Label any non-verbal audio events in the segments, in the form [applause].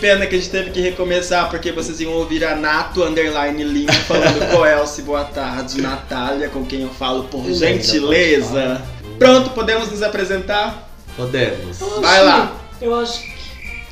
pena que a gente teve que recomeçar, porque vocês iam ouvir a Nato Underline Lima falando Coelce, boa tarde, Natália, com quem eu falo por Linda, gentileza. Pronto, podemos nos apresentar? Podemos. Eu acho Vai que- lá. Eu acho que.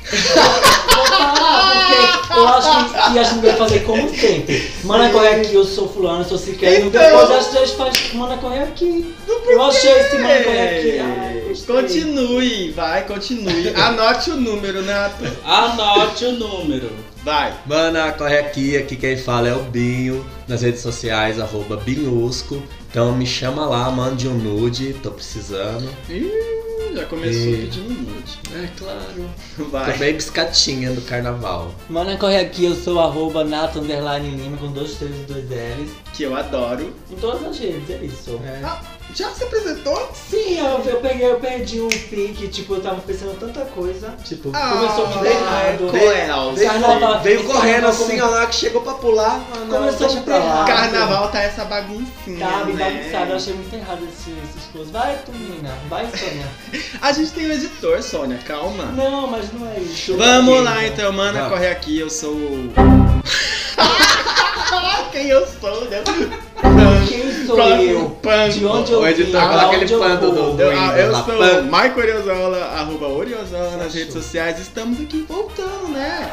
Vou parar, porque eu acho que a gente vai fazer como sempre. Mana corre aqui, eu sou fulano, eu sou ciclano. Então. Depois das três faz mana corre aqui. Eu achei esse mana corre aqui. Ai, gostei. Continue, vai, continue. Anote o número, Nato. Anote o número. Vai. Mana, corre é aqui, aqui quem fala é o Binho, nas redes sociais, arroba Binhusco. Então me chama lá, mande um nude, tô precisando. Ih, já começou E- pedindo nude. É claro. Tô Vai. bem biscatinha do carnaval. Mana corre aqui, eu sou arroba nato underline lima com dois três e dois L's. Que eu adoro. Em todas as redes, é isso. É. Já se apresentou? Sim, eu, eu peguei, eu perdi um pique, tipo, eu tava pensando tanta coisa. Tipo, Começou né? Ah, tudo errado. Coelce. Carnaval. veio correndo carnaval assim, ó lá, que chegou pra pular. Ah, não, Começou deixa a pra lá. ferrar. Carnaval tá essa baguncinha, Tá, me né? bagunçado, eu achei muito errado esse, esses coisas. Vai, tu, menina, vai, Sônia. A gente tem um editor, Sônia, calma. Não, mas não é isso. Vamos Aqui, lá né? então, mana, Tá. corre aqui, eu sou. [laughs] o- Quem eu sou, né? Quem sou Próximo eu? pano. De onde eu O editor, vim? coloca aquele Aonde eu pano vou? do, do Ah, Eu, Windows ah, eu lá, sou pã. Marco Oriozola, arroba Oriozola nas Achou. redes sociais. Estamos aqui voltando, né?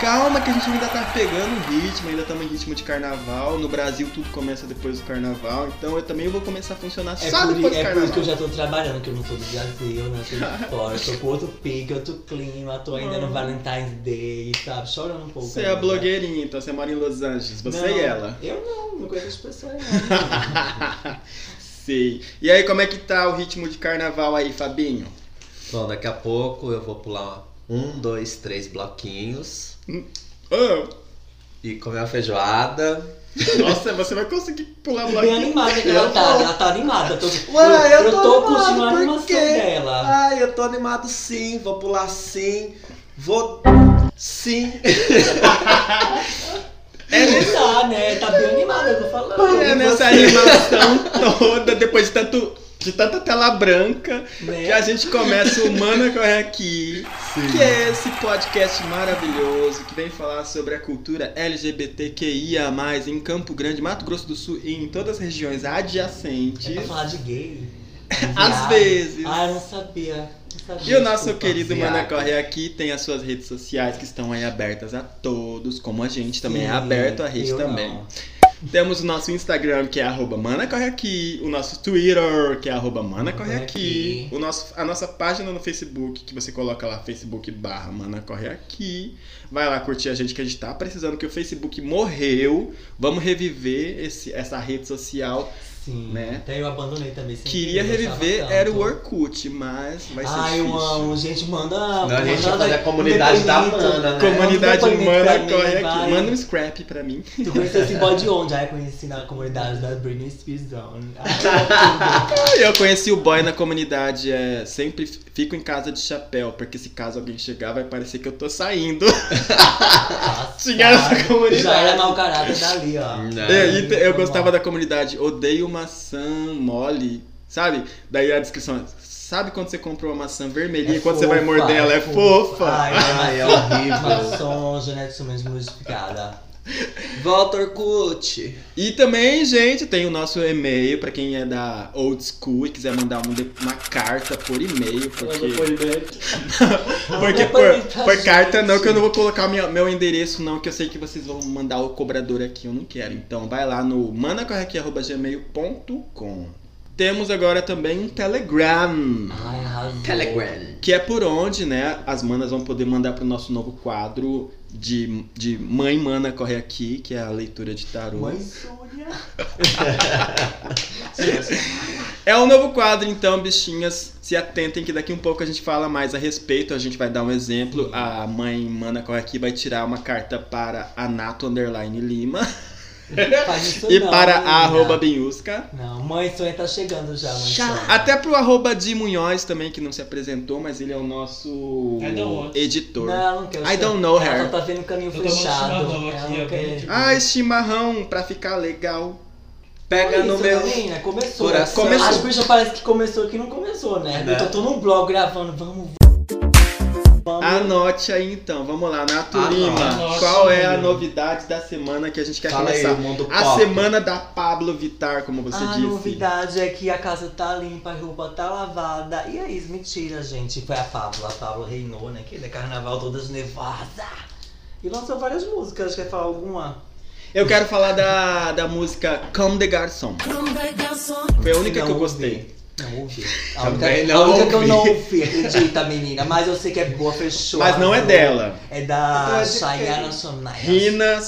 Calma que a gente ainda tá pegando o ritmo, ainda estamos em ritmo de carnaval. No Brasil tudo começa depois do carnaval, então eu também vou começar a funcionar É só por, depois do é por isso que carnaval. eu já tô trabalhando, que eu não sou do Brasil, não sou de fora, eu tô com outro pique, outro clima, tô ainda no Valentine's Day, sabe? Chorando um pouco. Você é ainda. blogueirinha, então você mora em Los Angeles, você Não, e ela. [laughs] Eu não, não conheço as pessoas, É um não. Sei. E aí, como é que tá o ritmo de carnaval aí, Fabinho? Bom, daqui a pouco eu vou pular um, dois, três bloquinhos Ah, e comer uma feijoada. nossa, você vai conseguir pular o Bem bloquinho. animada que ela Eu tá, tô- ela tá animada. Tô, Ué, eu tô animado, curtindo a por animação quê? dela. Ai, eu tô animado sim, vou pular sim, vou sim. É, tá, né? Tá bem animada, eu tô falando. Né? É [laughs] nessa animação toda, depois de tanto. De tanta tela branca, Né? que a gente começa o Mana Corre Aqui, que é esse podcast maravilhoso que vem falar sobre a cultura LGBTQIA, em Campo Grande, Mato Grosso do Sul e em todas as regiões É pra adjacentes. falar de gay? Às Viado. vezes. Ah, eu não sabia. Não sabia, E o nosso desculpa. querido viado. Mana Corre Aqui tem as suas redes sociais que estão aí abertas a todos, como a gente também é Sim, aberto a rede eu também. não. Temos o nosso Instagram, que é arroba Mana Corre Aqui, o nosso Twitter, que é arroba Mana Corre Corre Aqui, Aqui. o nosso, a nossa página no Facebook, que você coloca lá, Facebook barra Mana Corre Aqui. Vai lá curtir a gente que a gente tá precisando, que o Facebook morreu. Vamos reviver esse, essa rede social. Sim, Né? até eu abandonei também. sem Queria querer, eu gostava reviver, tanto. era o Orkut, mas vai ser Ah, difícil. eu amo, gente, manda. Não, a gente vai fazer a um comunidade da depoimento. mana, né? Comunidade Manda um depoimento humana pra mim, corre aqui. vai. Manda um scrap pra mim. Tu conheceu esse bode onde? Ah, eu conheci na comunidade da Britney Spears [laughs] Zone. Ah, Ah, Eu conheci o boy na comunidade, é. Sempre f- fico em casa de chapéu, porque se caso alguém chegar, vai parecer que eu tô saindo. passado. Tinha essa comunidade. Já era mau caráter dali, ó. Não. É, [laughs] e te- eu gostava da comunidade, odeio maçã mole, sabe? Daí a descrição é. Sabe quando você compra uma maçã vermelhinha e quando você vai É fofa, morder ela é fofa? Ai, Ai, é horrível. Maçom geneticamente modificada. Volta Orkut. E também, gente, tem o nosso e-mail pra quem é da old school e quiser mandar um de- uma carta por e-mail, porque Porque por, por carta não, que eu não vou colocar minha- meu endereço não, que eu sei que vocês vão mandar o cobrador aqui, eu não quero. Então vai lá no manacorrequi.gmail.com Temos agora também um Telegram, Ai, arrasou. Telegram. que é por onde, né, as manas vão poder mandar pro nosso novo quadro de, de Mãe Mana Corre Aqui, que é a leitura de tarô. Mãe Sônia. É um novo quadro, então, bichinhas. Se atentem que daqui um pouco a gente fala mais a respeito. A gente vai dar um exemplo. A mãe Mana corre aqui vai tirar uma carta para a Nato Underline Lima Faz isso e não, para menina. a arroba Binhusca. Não, mãe Sônia tá chegando já, tá. mãe Sônia. Até pro arroba de Munhoz também, que não se apresentou, mas ele é o nosso I don't want. editor. É Não, ela não quer. I don't know Ela her. só tá vendo o caminho Eu tô fechado. muito chimarrão Ela aqui, não eu quer. acredito. Ai, chimarrão, pra ficar legal. Pega Olha no isso, meu. menina, começou. coração. Começou. As bichas parece que começou que não começou, né? Né? Eu tô, tô num blog gravando, vamos. Vamos. Anote aí então, vamos lá, Naturima. Anote. Qual é a novidade da semana que a gente quer Fala aí, começar? o mundo pop. a semana da Pablo Vitar, como você a disse. novidade é que a casa tá limpa, a roupa tá lavada. E é isso, mentira, gente. Foi a Pablo. A Pablo reinou, né? Que é carnaval todas nevada. E lançou várias músicas. Quer falar alguma? Eu quero falar da, da música Come the Garçon. Foi a única Não que eu ouvi. gostei. Não ouvi. A única, Também a não única que eu não ouvi. ouvi, é acredita, menina. Mas eu sei que é boa, fechou. Mas não é Arrasou. dela. É Então é da de Sayana quem? Sonaya. Rina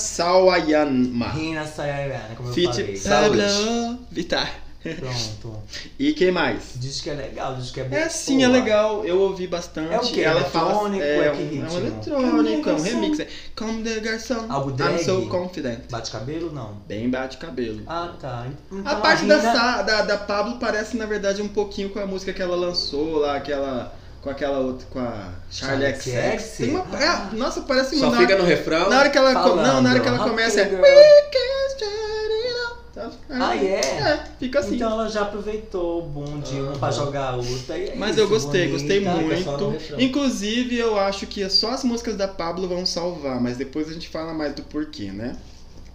Sawayama. Rina Sayana, como eu falei. Fit Pablo Vitar. Pronto. E quem mais? Diz que é legal, diz que é boa. É sim, é legal. Eu ouvi bastante. É o quê? Ela fala, Eletrônico? é, É que um, é um ritmo? eletrônico, é um Come the remix. é Come the Garçon. Algo I'm drag? so confident. Bate cabelo, não? Bem bate cabelo. Ah, tá. Então, A parte da, Rina- Sa- da, da Pablo parece, na verdade, um pouquinho com a música que ela lançou lá, aquela. Com aquela outra. Com a Charlie Charli XX. XX? Tem uma. é, Ah. nossa, parece Só mandar. fica no refrão. Na hora que ela. co- Não, na hora que ela Falando. começa é. Ok, girl. "We can start it up." Tá, Ah, é? É, fica assim. Ah. Então ela já aproveitou o bom de uma pra jogar a outra. e é Mas isso, eu gostei, bonita. gostei fica só no muito. refrão. Inclusive, eu acho que só as músicas da Pablo vão salvar, mas depois a gente fala mais do porquê, né?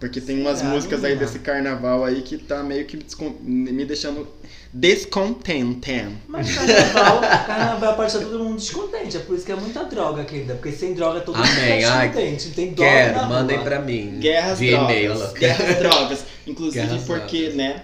Porque tem umas Será, músicas aí menina? desse carnaval aí que tá meio que descon- me deixando descontente. Mas carnaval, [laughs] carnaval pode estar todo mundo descontente. É por isso que é muita droga, querida. Porque sem droga todo mundo Amém, tá ai, descontente. Tem droga na Quero, rua. mandem pra mim. Guerras via e-mail. drogas. [laughs] Guerras drogas. Inclusive Guerras porque, drogas. né,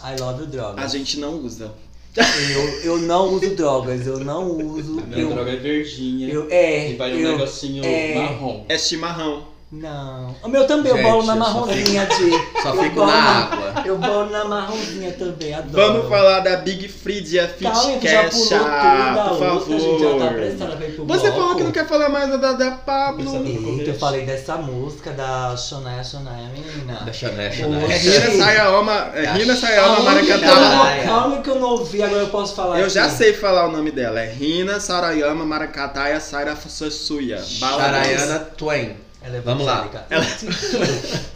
I love droga. a gente não usa. Eu, eu não uso drogas. Eu não uso. Minha Eu, droga é verdinha. eu, é, e vai um eu, negocinho é. marrom. É chimarrão. Não. O meu também, eu Gente, bolo na eu só marronzinha de. Só eu fico bolo na água. Eu bolo na marronzinha também, adoro. Vamos falar da Big Fridia Calma, aí, tu já pulou tudo da Fitcast, por outra, a gente já tá favor. apressada pra ir pro Você bloco. falou que não quer falar mais da, da Pablo. Pensando no Eita, começo. eu falei dessa música da Shonaya Shonaya, menina. Da Chanel, É Chanel. Oi. Rina Sayama, Tá é Rina Sayama Calma que eu Maracatá. não- calma que eu não ouvi, agora eu posso Tá falar. Eu já aqui. sei falar o nome dela, é Rina Sarayama Maracataya Saira Sassuya. Charayana Twain. Ela é Vamos lá. evangélica.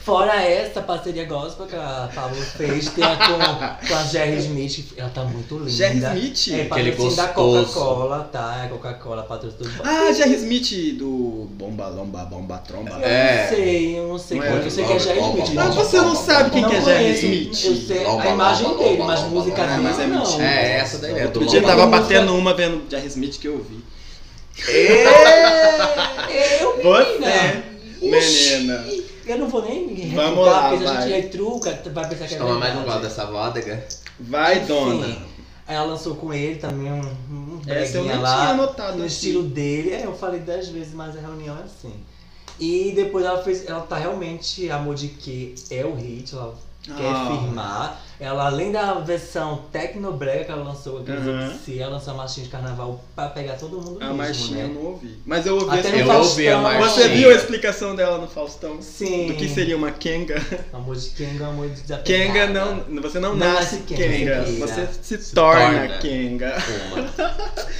Fora essa parceria gospel que a Pablo fez, tem a com, com a Jerry Smith, ela tá muito linda. Jerry Smith? É Aquele patrocínio da gostoso. Coca-Cola, tá? A Coca-Cola patrocina. Ah, Jerry Smith do Bomba Lomba Bomba Tromba. Eu É. não sei, eu não sei. Não Não é eu sei que é Jerry Bom, Smith. bom, Mas bom, você bom, não bom, sabe bom, quem bom, que é bom, Jerry bom, conheço. Smith? Eu sei Bom, bom, a imagem bom, bom, dele, bom, mas bom, música bom, bom, bom, dele bom, não. bom. É essa daí mesmo. do Outro dia eu Lobo. tava Música- batendo uma vendo Jerry Smith que eu vi. É, Eu, Você, Oxi. menina. Eu não vou nem me Vamos refutar, lá, porque se a vai. gente é truca, tu vai pensar que é Toma mais um verdade. gol dessa vodka. Vai, Enfim, dona. Aí ela lançou com ele também um, um Essa eu breguinha nem tinha lá, anotado. no aqui. estilo dele. É, eu falei dez vezes, mas a reunião é assim. E depois ela fez, ela tá realmente, Amor de Que é o hit, ela Ah. quer firmar. Ela, além da versão tecnobrega que ela lançou aqui Aham. no se ela lançou a marchinha de carnaval pra pegar todo mundo A mesmo, marchinha eu né? não ouvi. Mas eu ouvi. Até essa- no Eu Faustão. ouvi a marchinha. Você viu a explicação dela no Faustão? Sim. Do que seria uma Kenga? Amor de Kenga, amor de desapegada. Kenga não. Você não, Não nasce, nasce Kenga, Kenga. você se, Se torna, torna. Kenga. Uma.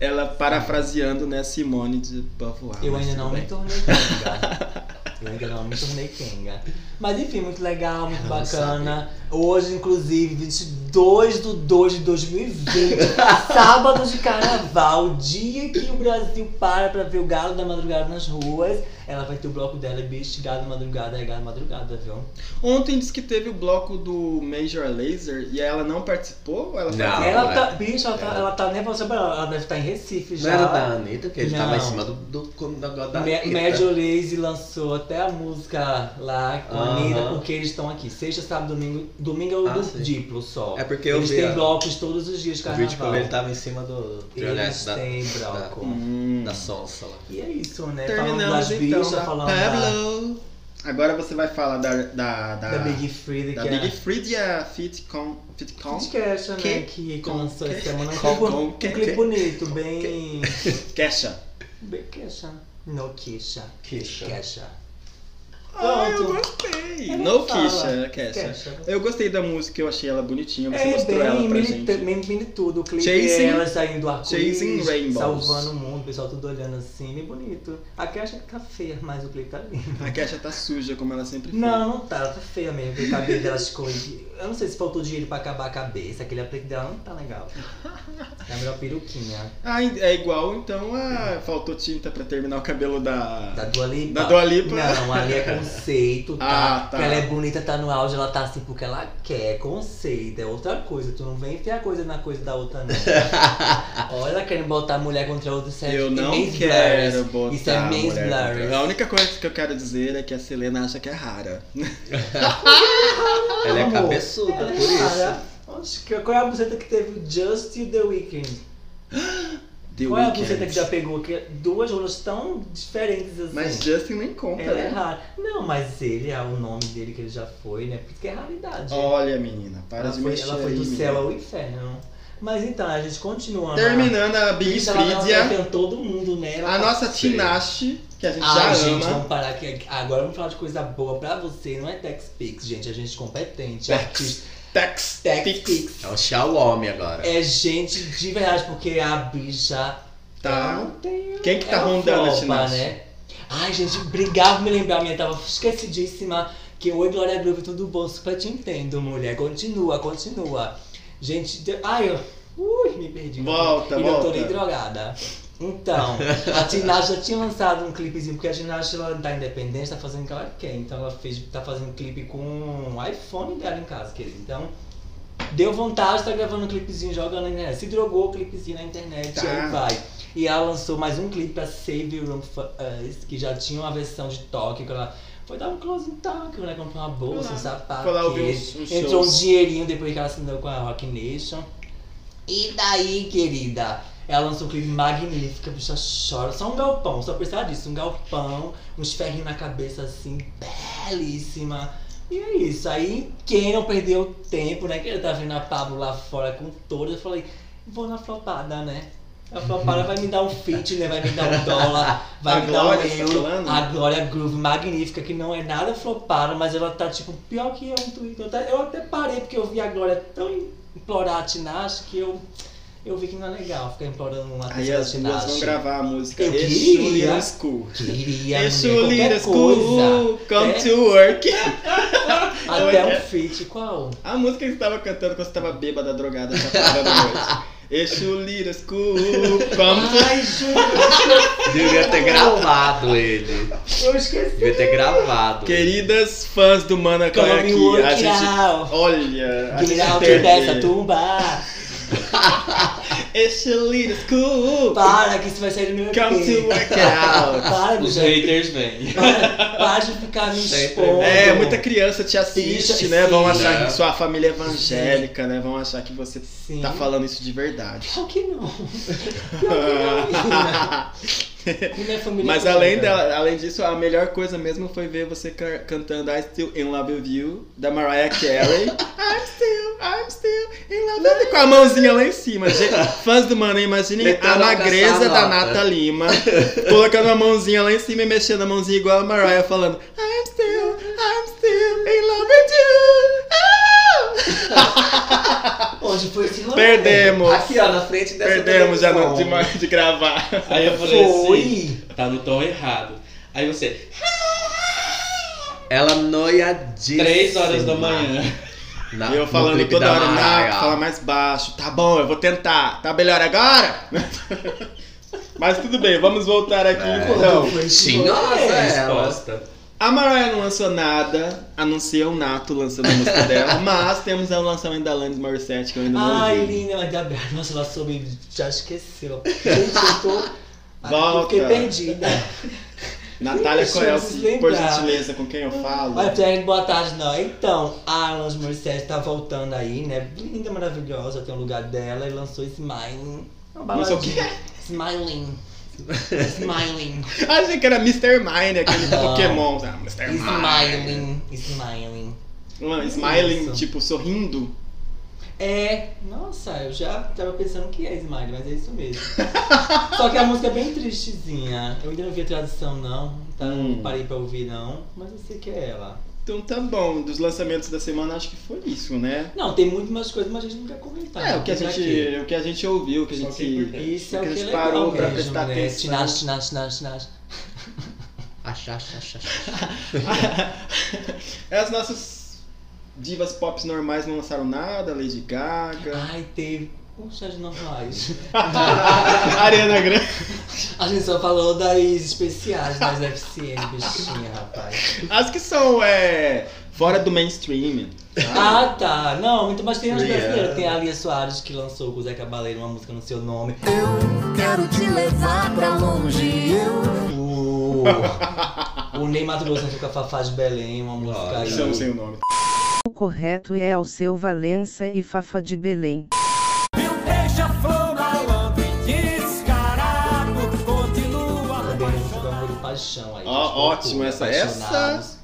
Ela parafraseando, né, Simone de Beauvoir. Eu mas ainda tudo não me bem. tornei [laughs] Kenga. Eu ainda não me tornei Kenga. Mas enfim, muito legal, muito Ela não bacana. Hoje, inclusive, 22 de 2 de 2020, [laughs] sábado de carnaval, dia que o Brasil para pra ver o galo da madrugada nas ruas. Ela vai ter o bloco dela, bicho, galo da madrugada, é galo da madrugada, viu? Ontem disse que teve o bloco do Major Laser e ela não participou? Ela Não. participou? ela é. tá, bicho, ela tá, É. ela tá nervosa, ela ela deve estar em Recife Não já. era da Anitta, que ele tava em Não. cima do, do, do negócio da Me- Anitta. Major Lazy lançou até a música lá com a Aham. Anitta, porque eles estão aqui. Sexta, sábado, domingo. Domingo é o Ah, do sim. diplo só. É porque eu Eles vi têm a- blocos todos os dias de O carnaval. vídeo quando ele tá- tava em cima do... do Eles da, têm da- bloco. Hum. da sonsa lá. E é isso, né? falando Terminamos das então. bichas, da falando da, Pablo. Agora você vai falar da. Da, da, Ah, da Big da Frida, que Big é Fridia Fitcom. Fitcom? podcast, né? Que- Que, que com- lançou que- essa semana. Um com- clipe- com- um que- clipe que- bonito, bem... Kesha. Bem queixa. No queixa. Queixa. Queixa. Ai, eu Pronto. gostei. É No fala. Kisha, Kesha. Ah, Kesha. Eu gostei da música, eu achei ela bonitinha, você É mostrou ela bem pra mini, gente. mini, mini tudo. O clipe Chasing- é ela saindo do arco-íris, Chasing Rainbows. salvando o mundo, o pessoal tudo olhando assim, bem bonito. A Kesha tá feia, mas o clipe tá [laughs] lindo. A Kesha tá suja, como ela sempre foi. Não, não tá, ela tá feia mesmo, porque o cabelo dela esconde. Eu não sei se faltou dinheiro pra acabar a cabeça, aquele aplique dela não tá legal. É a melhor peruquinha Ah, é igual, então, a... faltou tinta pra terminar o cabelo da... da Dua Lipa. Da Dua Lipa. Não, ali é conceito, tá? [laughs] Ah, tá. Porque Ela é bonita, tá no auge, ela tá assim porque ela quer, conceito, é outra coisa. Tu não vem enfiar coisa na coisa da [laughs] outra, não. Olha, ela querendo botar mulher contra outra, isso é Eu não mansplaining. quero botar Isso é mansplaining. mulher contra- A única coisa que eu quero dizer é que a Selena acha que é rara. Ela é Amor. cabeçuda, por isso. Cara, oxe, que- qual é a buceta que teve o Just e o The Weeknd? The Qual é a Weeknd. buceta que já pegou? Que duas rolas tão diferentes assim. Mas Justin nem conta, Ela é né? rara. Não, mas ele, ah, o nome dele que ele já foi, né? Porque é raridade. Olha, menina, para ela de foi, mexer ela foi aí, do menina. céu ao inferno. Mas então, a gente continua. Terminando a Big Isso, ela tá Fridia, atacando todo mundo, né? Ela a tá- nossa Tinashe, que a gente já Ai, Ah, gente, ama. vamos parar aqui. Agora vamos falar de coisa boa pra você. Não é TechPix, gente. É gente competente. Tex, artista. Tex, Tex. TechPix. É o Xiaomi agora. É gente de verdade, porque a bicha. ela Tá. não tem- Quem que tá ela rondando a um flopa, Tinashe? É né? Ai, gente, obrigado por me lembrar, minha. Tava esquecidíssima. Que oi, Glória Groove, tudo bom? Super te entendo, mulher. Continua, continua. Gente, de- ai, eu. Ui, me perdi. Volta, e não tô volta. nem drogada. Então, a Tinashe já tinha lançado um clipezinho, porque a Tinashe ela tá independente, tá fazendo o que ela quer. Então ela fez, tá fazendo clipe com o iPhone dela em casa, querido. Então, deu vontade, tá gravando um clipezinho, jogando na internet. Se drogou o clipezinho na internet, Tá. aí vai. E ela lançou mais um clipe pra Save Room For Us, que já tinha uma versão de toque, que ela foi dar um close em toque, né? Comprou uma bolsa, Foi lá. um sapato. Foi lá ouvir que- uns- uns Entrou shows. um dinheirinho depois que ela assinou com a Rock Nation. E daí, querida? Ela lançou um clipe magnífico, a bicha chora. Só um galpão, só precisava disso. Um galpão, uns ferrinhos na cabeça assim, belíssima. E é isso. Aí quem não perdeu tempo, né? Que eu tava vendo a Pablo lá fora com todas, eu falei, vou na flopada, né? A flopada vai me dar um fit, né? Vai me dar um dólar, vai A me Glória, dar você um tá euro. falando? a Glória Groove magnífica, que não é nada flopada, mas ela tá tipo pior que eu no Twitter. Eu até- Eu até parei porque eu vi a Glória tão implorar a Tinashe que eu, eu vi que não é legal ficar implorando uma Aí atenção da as duas vão Tinashe. gravar a música Eu Exu queria. Little School. Queria Exu mulher, Little qualquer coisa. School, come É. to work. [laughs] Até Eu- um feat, qual? A música que você tava cantando quando você tava bêbada, drogada, chapada da noite. Exu Little School, come to Ai, juro, Devia ter gravado ele. eu esqueci. Devia ter gravado. Queridas fãs do Manacan Come aqui, work a gente. out. Olha, a Get gente out teve- dessa tumba. It's a little school. Para que isso vai sair do meu Come peito. to work [laughs] out. Para, Os bicha. haters vêm. Para, para de ficar me Sempre. expondo. É, muita criança te assiste, Bicha, né? Vão sim. achar É. que sua família é evangélica, né? Vão achar que você Sim. tá falando isso de verdade. Pior que não. Pior que não, menina. [laughs] [laughs] E minha família Mas toda. além, dela, além disso, a melhor coisa mesmo foi ver você ca- cantando I Still In Love With You, da Mariah Carey. [laughs] I'm still, I'm still in love with you. Com a mãozinha lá em cima. [laughs] Gente, fãs do Mano, imaginem a Tentando magreza alcançar da a nota. Nata [laughs] Lima, colocando a mãozinha lá em cima e mexendo a mãozinha igual a Mariah, falando I'm still, I'm still in love with you. Ah! Onde foi esse rolê? Perdemos. Aqui, ó, na frente dessa Perdemos já televisão. no, de, de gravar. Aí eu falei assim, Foi. tá no tom errado. Aí você, Ela noiadíssima. três horas da manhã. Na- E eu Tá, no falando clipe toda da hora, Mariah. Nath, fala mais baixo. Tá bom, eu vou tentar. Tá melhor agora? [laughs] Mas tudo bem, vamos voltar aqui É. então. Foi esse Tinhosa rolê. É, ela. Resposta. A Mariah não lançou nada, a não ser o Nato lançando a [laughs] música dela, mas temos o lançamento da Landis Morissette que eu ainda não Ai, ouvi. linda, mas da Nossa, ela soube, já [laughs] esqueceu. Gente, eu tô. Ah, Volta. Eu fiquei perdida. Natália Deixa eu Coel, por lembrar. gentileza, com quem eu falo. Mas Fred, boa tarde, não. Então, a Alanis Morissette tá voltando aí, né? Linda, maravilhosa, tem o lugar dela e lançou Smiling. Uma Lançou o quê? baladinha. [laughs] Smiling. Smiling. Achei que era Mr. Mine, aquele Não. Pokémon. Ah, Mr. Mine. Smiling. Smiling. Uma Smiling, Isso. tipo, sorrindo. É, nossa, eu já tava pensando que é Smile, mas é isso mesmo. [laughs] Só que a música é bem tristezinha. Eu ainda não vi a tradução, não. Então Hum. não parei pra ouvir, não. Mas eu sei que é ela. Então tá bom, dos lançamentos da semana acho que foi isso, né? Não, tem muito mais coisas, mas a gente não quer comentar. É, o que a Apesar gente, o que a gente ouviu, o que a Só gente quem curte. Isso é o Porque que é eles legal parou pra mesmo, prestar né? atenção. Tinás, [laughs] tinás, tinás, tinás. Achá, achá, achá. É As nossas divas pop normais não lançaram nada, Lady [laughs] Gaga, Ai, teve... um Puxa, as normais. Ariana Grande. [laughs] A gente só falou das especiais, das FCN, bichinha, rapaz. As que são é, fora do mainstream. Ah, tá. Não, muito mais tem as Rihanna. é. brasileiras. Tem a Lia Soares, que lançou com o Zé Cabaleiro uma música no [laughs] seu nome. Quero te levar pra longe, eu O, o Ney Mato Grosso lançou com a Fafá de Belém, uma música Ah, aí. Chamo sem o nome. O correto é ao seu Valença e Fafa de Belém. Também lançou com Amor e Paixão aí. Ó, que eu ótimo, curto, essa- Apaixonados.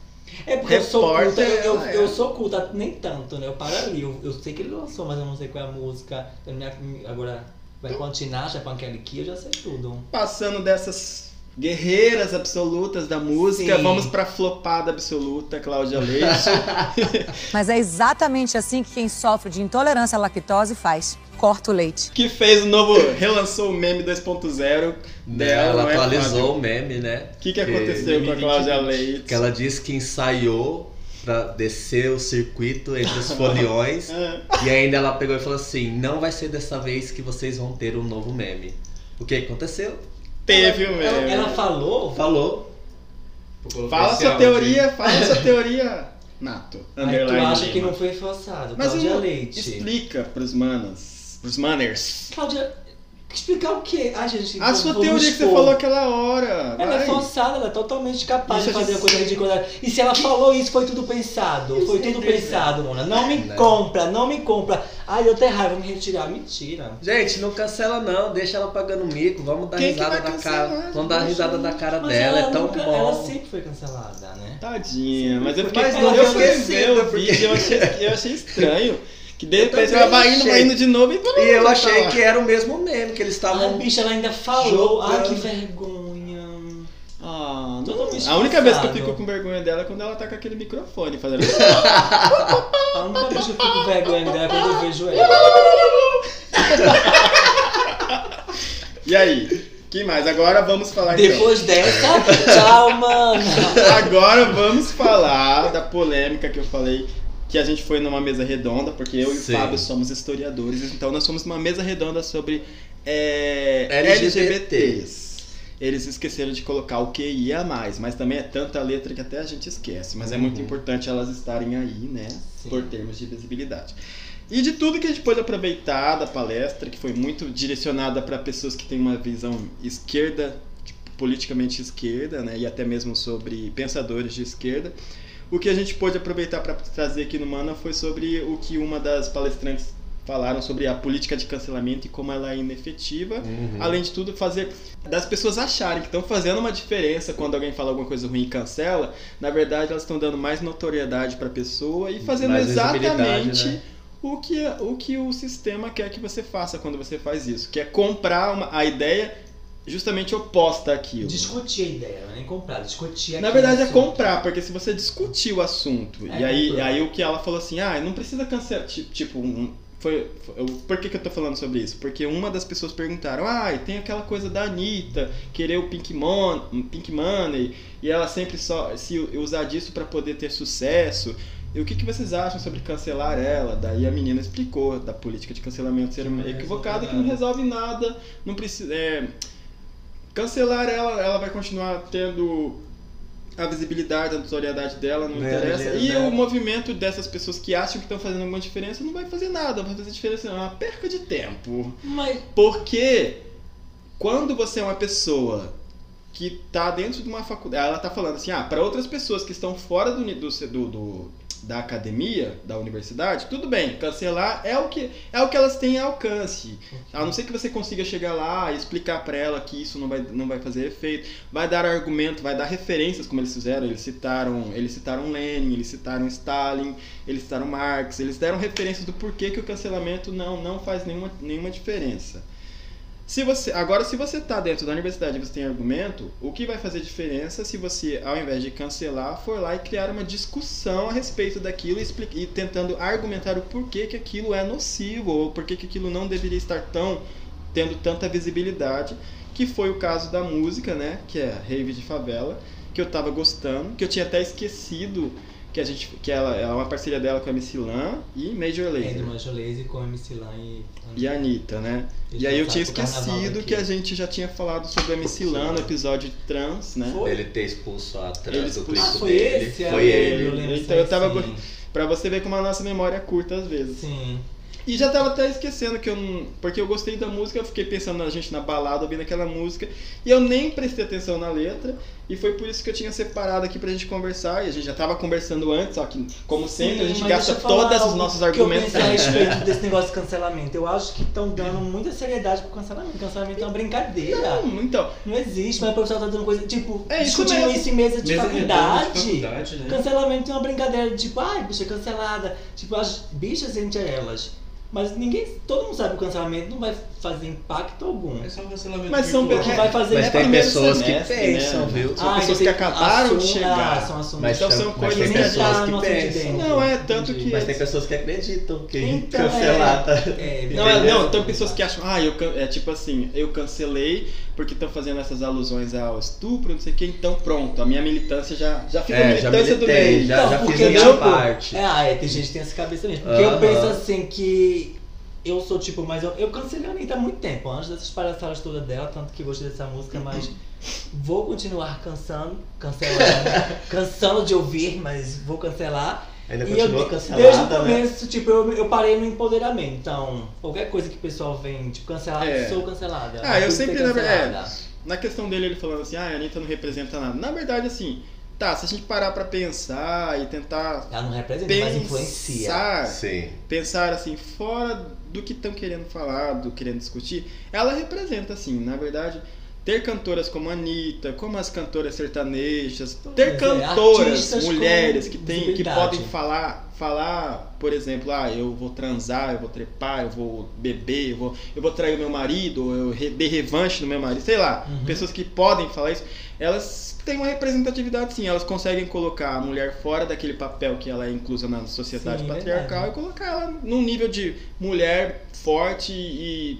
É porque eu sou culta, Repórter, eu, eu, ela é. eu sou culta, nem tanto, né? Eu paro ali, eu, eu sei que ele lançou, mas eu não sei qual é a música. Eu me- agora vai continuar, já com aquele que eu já sei tudo. Passando dessas guerreiras absolutas da música, Sim. vamos pra flopada absoluta, Cláudia Leite. [laughs] Mas é exatamente assim que quem sofre de intolerância à lactose faz: corta o leite. que fez o novo, relançou o meme 2.0 dela. Ela não é, Cláudia? atualizou o meme, né? O que, que aconteceu com a 2020? Cláudia Leite? Que ela disse que ensaiou pra descer o circuito [laughs] entre os foliões. Ah, e ainda ela pegou e falou assim: não vai ser dessa vez que vocês vão ter um novo meme. O que aconteceu? teve o Ela, meme. ela falou. Falou. Fala sua teoria, fala sua teoria, Nato. Aí tu Underline acha que Lima. não foi forçado. Mas Cláudia eu não- Leite. Explica pros manos, pros manners. Cláudia. Explicar o quê? Ai, gente. A vou- sua vou me teoria que você Tipo, expor. falou aquela hora. Ela é vai. forçada, ela é totalmente capaz Isso de a fazer gente- é uma coisa ridícula. E se ela falou isso, foi tudo pensado. Foi tudo pensado, Mona. Não me né? Não. compra, não me compra. Ai, eu tenho raiva, vou me retirar. Mentira. Gente, não cancela não, deixa ela pagando mico, vamos dar Quem que risada vai da cancelar, cara. gente? Vamos dar risada da cara Mas dela, ela é tão nunca- bom. Ela sempre foi cancelada, né? Tadinha, mas eu fiquei, Mas não eu fiquei ofendida, vendo o porque- vídeo, eu achei, eu [laughs] achei estranho. Que de repente também ela vai indo, vai achei. indo de novo e E eu achei que era o mesmo meme, que eles A estavam. bicha, ela ainda falou. Ai, Jogando. que vergonha. Ah, não. Totalmente A única vez que eu forçado. fico com vergonha dela é quando ela tá com aquele microfone fazendo. A única vez que eu fico com vergonha dela é quando eu vejo ela. e aí? Que mais? Agora vamos falar então. Depois dessa, tchau, mano. Agora vamos falar da polêmica que eu falei que a gente foi numa mesa redonda, porque eu Sim. e o Fábio somos historiadores, então nós fomos numa mesa redonda sobre é, LGBT. LGBTs. Eles esqueceram de colocar o QIA+, mas também é tanta letra que até a gente esquece. Mas é muito Uhum. importante elas estarem aí, né? Sim. Por termos de visibilidade. E de tudo que a gente pôde aproveitar da palestra, que foi muito direcionada para pessoas que têm uma visão esquerda politicamente esquerda, né, e até mesmo sobre pensadores de esquerda. O que a gente pôde aproveitar para trazer aqui no Mana foi sobre o que uma das palestrantes falaram sobre a política de cancelamento e como ela é inefetiva. Uhum. Além de tudo, fazer das pessoas acharem que estão fazendo uma diferença quando alguém fala alguma coisa ruim e cancela, na verdade elas estão dando mais notoriedade para a pessoa e fazendo Mais exatamente visibilidade, né? o, que, é, o que o sistema quer que você faça quando você faz isso, que é comprar uma- a ideia justamente oposta àquilo. Discutir a ideia, não é nem comprar, assim. discutir Na aquele verdade é assunto. comprar, porque se você discutir o assunto, É e aí, comprar. aí o que ela falou assim, ah, não precisa cancelar, ti- tipo, um- foi, foi- eu- por que, que eu tô falando sobre isso? Porque uma das pessoas perguntaram, ah, e tem aquela coisa da Anitta, querer o Pink, Mon Pink Money, e ela sempre só se u- usar disso pra poder ter sucesso. E o que, que vocês acham sobre cancelar ela? Daí a menina explicou da política de cancelamento ser não resolve equivocada, que nada. não resolve nada, não precisa. é, cancelar ela, ela vai continuar tendo a visibilidade, a notoriedade dela, não Não é interessa. dinheiro E dela. o movimento dessas pessoas que acham que estão fazendo alguma diferença não vai fazer nada, não vai fazer diferença, não. é uma perca de tempo. Mas Porque quando você é uma pessoa que tá dentro de uma faculdade, ela tá falando assim, ah, para outras pessoas que estão fora do, uni- do, do- do- da academia, da universidade, tudo bem, cancelar é o que é o que elas têm alcance. A não ser que você consiga chegar lá e explicar para ela que isso não vai, não vai fazer efeito, vai dar argumento, vai dar referências como eles fizeram, eles citaram, eles citaram Lenin, eles citaram Stalin, eles citaram Marx, eles deram referências do porquê que o cancelamento não, não faz nenhuma, nenhuma diferença. Se você, agora, se você tá dentro da universidade e você tem argumento, o que vai fazer diferença se você, ao invés de cancelar, for lá e criar uma discussão a respeito daquilo e, expli- e tentando argumentar o porquê que aquilo é nocivo ou porquê que aquilo não deveria estar tão tendo tanta visibilidade, que foi o caso da música, né, que é Rave de Favela, que eu tava gostando, que eu tinha até esquecido que a gente que ela é uma parceria dela com a MC Lan e Major Entre Lazer Manjo Lazy com MC Lan e... e a Anitta, né? E aí eu tinha esquecido que a gente já tinha falado sobre a MC Lan no episódio trans, né? Foi? Ele ter expulso a Ele trans do expulsou- clipe Ah, foi dele. esse? Ah, Foi eu ele. lembro. Então eu tava sim. go- Pra você ver como a nossa memória é curta às vezes. Sim. E já tava até esquecendo que eu não. Porque eu gostei da música, eu fiquei pensando na gente na balada, ouvindo aquela música, e eu nem prestei atenção na letra, e foi por isso que eu tinha separado aqui pra gente conversar, e a gente já tava conversando antes, só que, como sempre, a Sim, gente mas gasta deixa eu falar todos os algo nossos que eu argumentos. pensei [laughs] a respeito desse negócio de cancelamento. Eu acho que estão dando muita seriedade pro cancelamento. Cancelamento é uma brincadeira. Hum, Então, Não existe, mas o pessoal tá dando coisa. Tipo, É isso discutindo mesmo. isso em mesa de Mesa redonda de faculdade. faculdade, né? Cancelamento é uma brincadeira de tipo, ai, bicha cancelada. Tipo, as bichas entre elas. Mas ninguém. Todo mundo sabe que o cancelamento não vai fazer impacto algum. É só um cancelamento Mas são virtual. O que vai fazer Mas é tem primeiro pessoas que semestre, pensam, né? viu? são Ai, pessoas tem- que acabaram de assume- chegar. Ah, são assumidos. Mas, Então tem- são mas coisas tem que pessoas já que não pensam. acreditam. não, é tanto que. Mas tem pessoas que acreditam que Então, cancelar tá- É, Não, é, Entendeu? não, tem pessoas que acham, ah, eu can- é tipo assim, eu cancelei porque estão fazendo essas alusões ao estupro, não sei o que, então pronto, a minha militância já, já fica a É, já militância do militei, meio. já, Então, já fiz porque, a minha tipo, parte. É, ah, é, tem gente que tem essa cabeça mesmo. Porque Aham. eu penso assim que eu sou tipo, mas eu, eu cancelei a Anitta há muito tempo, antes dessas palhaçadas todas dela, tanto que gostei dessa música, mas vou continuar cansando, [laughs] cancelando, cansando de ouvir, mas vou cancelar. Ainda E eu, continua desde o cancelada, né? começo, tipo, eu, eu parei no empoderamento. Então, qualquer coisa que o pessoal vem, tipo, cancelar, É. sou cancelada. Ah, eu Tem que ser sempre, na verdade, cancelada. Então, Na questão dele, ele falando assim, ah, a Anitta não representa nada. Na verdade, assim, tá, se a gente parar pra pensar e tentar Ela não representa, mas influencia. pensar, Sim. pensar assim, fora do que estão querendo falar, do querendo discutir, ela representa, assim, na verdade... Ter cantoras como a Anitta, como as cantoras sertanejas, ter Mas é, cantoras, artistas com mulheres que tem, que visibilidade. podem falar, falar, por exemplo, ah, eu vou transar, eu vou trepar, eu vou beber, eu vou, eu vou trair o meu marido, ou eu re, dei revanche no meu marido, sei lá, Uhum. pessoas que podem falar isso, elas têm uma representatividade sim, elas conseguem colocar a mulher fora daquele papel que ela é inclusa na sociedade Sim, é patriarcal verdade. e colocar ela num nível de mulher forte e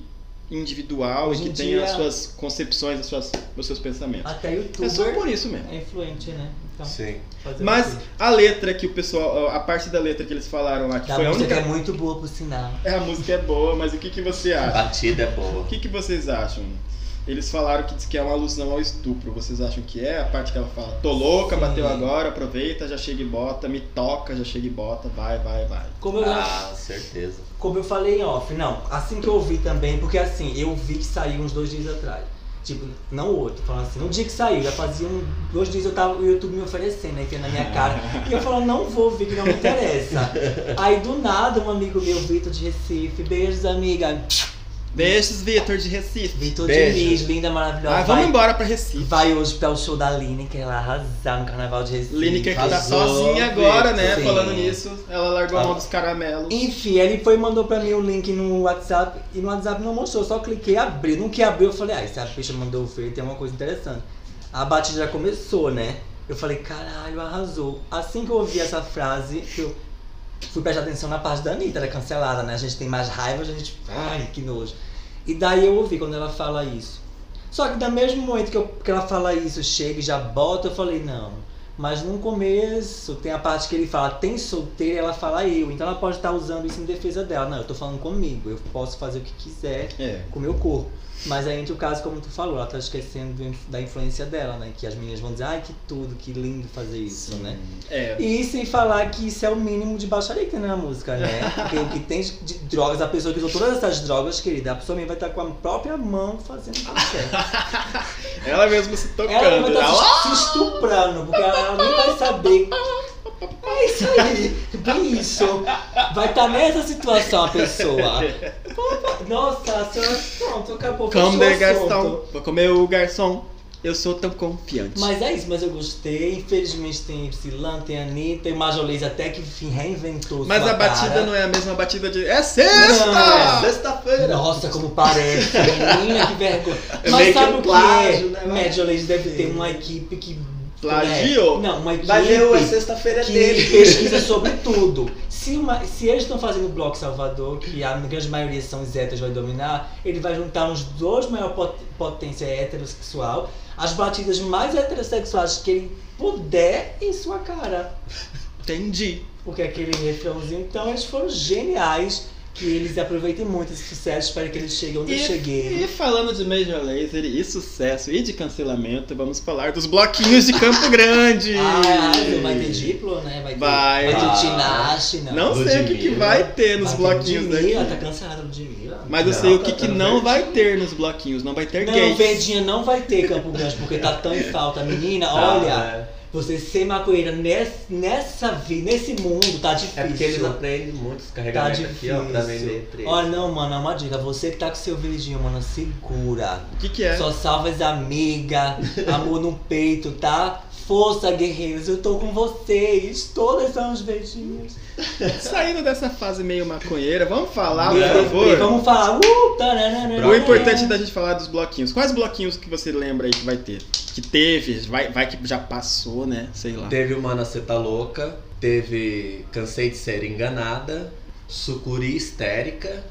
individual Hoje e que em tem dia- as suas concepções, as suas, os seus pensamentos. Até É só youtuber por isso mesmo. é influente, né? Então, Sim. fazer o Mas quê? a letra que o pessoal, a parte da letra que eles falaram lá, que Da foi a música única. que é muito boa por sinal. É, [laughs] a música é boa, mas o que, que você Ah. A acha? batida é boa. O que, que vocês acham? Eles falaram que diz que é uma alusão ao estupro. Vocês acham que é? A parte que ela fala, tô louca, Sim. bateu agora, aproveita, já chega e bota, me toca, já chega e bota, vai, vai, vai. Como eu, Ah, certeza. como eu falei em off, não, assim que eu ouvi também, porque assim, eu vi que saiu uns dois dias atrás. Tipo, não o outro, falando assim, no dia que saiu, já fazia um, dois dias eu tava, o YouTube me oferecendo, aí que na minha cara. E eu falando, não vou ver que não me interessa. Aí do nada um amigo meu, Vitor de Recife, beijos amiga, Beijos, Vitor de Recife. Vitor Beijo. Diniz, linda, maravilhosa. Ah, vai, vamos embora pra Recife. vai hoje para o show da Lineker, ela arrasar no carnaval de Recife. Lineker que tá Arrasou, sozinha agora, né? Vitor. Tá. Falando nisso, ela largou a mão Ah. dos caramelos. Enfim, ele foi e mandou pra mim o link no WhatsApp e no WhatsApp não mostrou, eu só cliquei abri. No que abriu, eu falei, ah, essa bicha mandou ver, tem uma coisa interessante. A batida já começou, né? Eu falei, caralho, arrasou. Assim que eu ouvi essa frase, que eu fui prestar atenção na parte da Anitta, era cancelada, né? A gente tem mais raiva, a gente. Ai, que nojo. E daí eu ouvi quando ela fala isso. Só que do mesmo momento que, eu- que ela fala isso, chega e já bota, eu falei, não. Mas no começo tem a parte que ele fala, tem solteira, ela fala eu. Então ela pode estar usando isso em defesa dela. Não, eu tô falando comigo, eu posso fazer o que quiser É. com o meu corpo. Mas aí entra o caso, como tu falou, ela tá esquecendo do inf- da influência dela, né? Que as meninas vão dizer, ai que tudo, que lindo fazer isso, né? É. E sem falar que isso é o mínimo de baixaria que tem na música, né? [laughs] Porque o que tem de de drogas, a pessoa que usou todas essas drogas, querida, a pessoa mesmo vai estar com a própria mão fazendo o que quer. Ela mesma se tocando. né? Ela vai Ela- estar se estuprando, porque ela, ela nem vai saber. É isso aí, bem isso. Vai estar nessa situação a pessoa. Nossa, a senhora, pronto, acabou. Come fechou o there, assunto. garçom. Vou comer o garçom. Eu sou tão confiante. Mas é isso, mas eu gostei. Infelizmente tem Epsilon, tem Anitta, tem Majolês até que enfim reinventou Mas sua a batida cara. não é a mesma batida de. É Ah. Não, é. sexta! é Sexta-feira. Nossa, como parece. Menina, que vergonha. É Mas meio que sabe um o que plágio, né? é? Majolês deve ter uma equipe que... Plagiou. É, Não, uma equipe... Valeu, é sexta-feira que dele. pesquisa sobre tudo. Se, uma- se eles estão fazendo o Bloco Salvador, que a grande maioria são os héteros vai dominar, ele vai juntar uns dois maior pot- potência heterossexual, as batidas mais heterossexuais que ele puder em sua cara. Entendi. Porque aquele refrãozinho, então, eles foram geniais. Que eles aproveitem muito esse sucesso, espero que eles cheguem onde E, eu cheguei. e falando de Major Laser e sucesso e de cancelamento, vamos falar dos bloquinhos de Campo [laughs] Grande. Ah, vai ter Diplo, né? Vai ter, Vai. ter Tinashe, não. Não sei o que, que né? vai ter nos Vai ter bloquinhos daqui. Ludmilla, tá cansada Ludmilla. Mas eu Não, sei o tá que, que tendo não verde. vai ter nos bloquinhos. Não vai ter Não, gays. Verdinha não vai ter Campo Grande, porque tá tão em falta. Menina, Tá. olha, é você ser maconheira nessa, nessa vida, nesse mundo, tá difícil. É porque eles aprendem muito os Tá carregamentos aqui, difícil. ó, pra vender três. Olha, não, mano, é uma dica. Você que tá com seu verdinho, mano, segura. O que, que é? Só salva as amigas, amor no peito, tá? Força, guerreiros, eu tô com vocês. Todas são os verdinhos. Saindo dessa fase meio maconheira, vamos falar, por Meu Deus, favor. Vamos falar. Uh, tananana. O importante da gente falar dos bloquinhos. Quais bloquinhos que você lembra aí que vai ter? Que teve, vai, vai que já passou, né? Sei lá. Teve o Mana Cê Tá Louca, teve Cansei de Ser Enganada, Sucuri Histérica.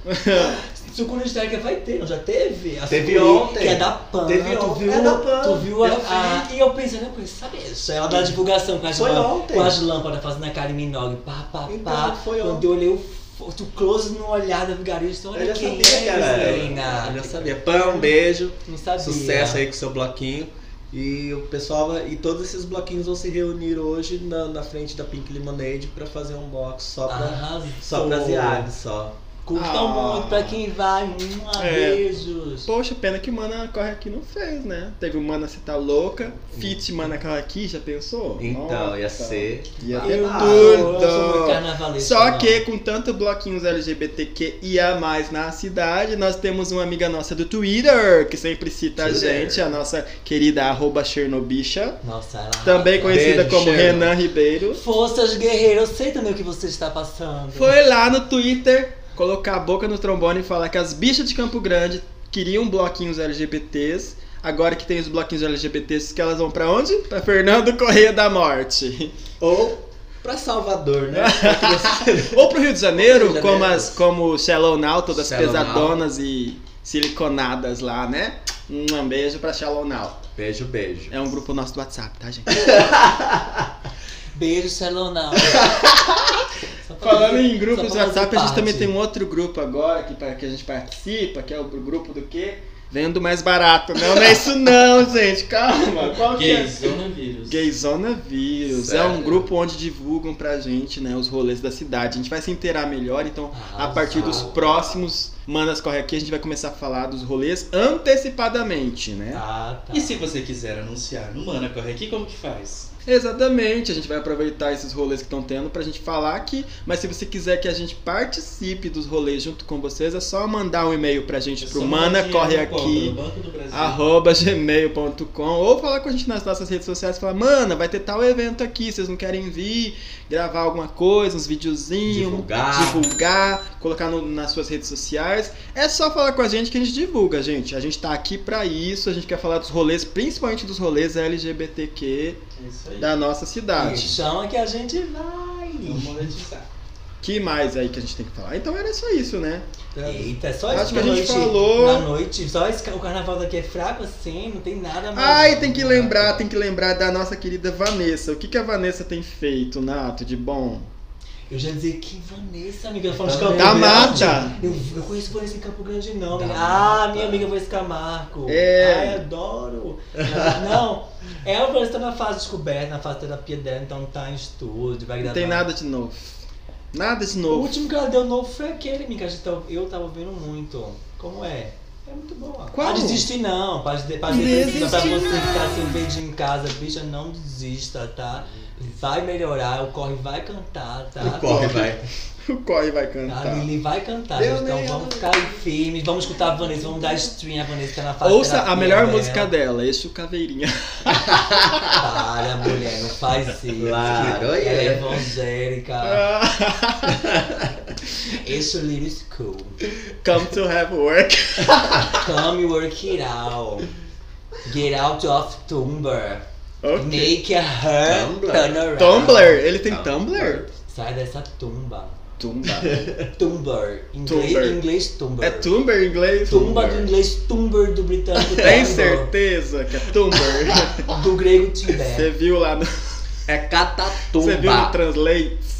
Sucuri Histérica vai ter, não? Já teve? A Teve Sucuri, ontem. Que é da PAN. Teve tu ontem. viu, É da Pan. Tu viu a, Eu Hum. a- E eu pensei, não, eu sabia isso. Ela dá divulgação com as, Foi lâmpadas- ontem. com as lâmpadas fazendo a Karen Minogue. Pá, pá, Então, pá. foi Quando ontem. eu olhei o, f- o close no olhar da vigarista, olha quem é, menina. Eu já sabia. Pão, um beijo. Não sabia. Sucesso aí com seu bloquinho. E o pessoal vai, e todos esses bloquinhos vão se reunir hoje na, na frente da Pink Lemonade pra fazer um box só pra, Arrasou. só Oh. pra Ziad, só. Curtam Ah. muito pra quem vai. Um É. beijos. Poxa, pena que Mana Corre Aqui não fez, né? Teve o Mana Cê Tá Louca, Fit Mana Corre Aqui, já pensou? Uhum. Então, ia Nossa. ser. Ah, Ia ter Eu tudo. tô, eu sou muito carnavalesca, Só não. que com tanto bloquinhos LGBTQIA+, na cidade, nós temos uma amiga nossa do Twitter, que sempre cita Twitter. a gente, a nossa querida arroba Chernobicha, Nossa, ela também conhecida Beijo, como Cher. Renan Ribeiro. Forças guerreiras, eu sei também o que você está passando. Foi lá no Twitter colocar a boca no trombone e falar que as bichas de Campo Grande queriam bloquinhos LGBTs. Agora que tem os bloquinhos LGBTs, que elas vão pra onde? Pra Fernando Correia da [laughs] Morte. Ou pra Salvador, [laughs] né? Ou pro Rio de Janeiro, Rio de como, Janeiro. as, como Shallow Now, todas Shallow Now. pesadonas e siliconadas lá, né? Um beijo pra Shallow Now. beijo, beijo. É um grupo nosso do WhatsApp, tá, gente? Beijo, Celonal. [laughs] Falando em grupos do WhatsApp, a gente também tem um outro grupo agora que, pa- que a gente participa, que é o grupo do quê? Vendo mais barato. Não, não é isso não, [laughs] gente. Calma. Qual que é? Gays, coronavírus. Gayzona Views. É um Sério? grupo onde divulgam pra gente, né, os rolês da cidade. A gente vai se inteirar melhor, então Ah, a partir tá. dos próximos Manas Corre Aqui, a gente vai começar a falar dos rolês antecipadamente, né? Ah, tá. E se você quiser anunciar no Mana Corre Aqui, como que faz? Exatamente, a gente vai aproveitar esses rolês que estão tendo pra gente falar aqui. Mas se você quiser que a gente participe dos rolês junto com vocês, é só mandar um e-mail pra gente É pro só Mana mandar Corre dinheiro no né? Aqui. cobro, Banco do Brasil. arroba gmail.com ou falar com a gente nas nossas redes sociais e falar, mana, vai ter tal evento aqui, vocês não querem vir, gravar alguma coisa, uns videozinhos, Divulgar. divulgar, colocar no- nas suas redes sociais. É só falar com a gente que a gente divulga, gente. A gente tá aqui pra isso, a gente quer falar dos rolês, principalmente dos rolês LGBTQ É isso aí. da nossa Me cidade. chama que a gente vai. Vamos um monetizar. Que mais aí que a gente tem que falar? Então era só isso, né? Eita, é só Acho isso que a na gente noite- falou. Na noite, só esse, o carnaval daqui é fraco assim, não tem nada mais. Ai, tem que lembrar, tem que lembrar da nossa querida Vanessa. O que, que a Vanessa tem feito, Nato, de bom? Eu já dizia que Vanessa, amiga, falando de Da Campo Da Grande. mata! Eu, eu conheço Vanessa em Campo Grande, não. Da ah, mata. minha amiga Vanessa Camargo. tá. É. Ai, [laughs] adoro. Mas, não, ela parece tá na fase descoberta, na fase de terapia dela, então tá em estúdio, vai Não gravar. tem nada de novo. Nada de O novo. último que ela deu novo foi aquele, amiga, que a gente tá- eu tava ouvindo muito. Como é? É muito bom lá. Qual? Pode desistir não, pode, de- pode desistir. Pra você que tá se vendo em casa, bicha, não desista, tá? Vai melhorar, o corre vai cantar, tá? O corre, vai. O Corre vai A cantar. Lili Tá, vai cantar, Eu gente, então nem- vamos ficar aí firmes, vamos escutar a Vanessa, vamos dar stream, a Vanessa tá na fase Ouça a terapia melhor dela. música dela, esse o Caveirinha. Para, mulher, não faz isso. Claro, Ela é é. evangélica. Esse é o Little School. [laughs] Come to have work. Come work it out. Get out of Tumblr. Ok. Make her Tumblr. turn around. Tumblr, ele tem Tumblr? Sai dessa tumba. Tumba. Tumblr. Inglês, Tumblr. inglês Tumblr. É Tumblr É em inglês? Tumba do Tumblr. inglês, Tumblr [laughs] do britânico. Tem Tumblr. certeza que é [laughs] Tumblr? Do grego Você Tinder. viu lá no. É Você viu no catatumba. Translates?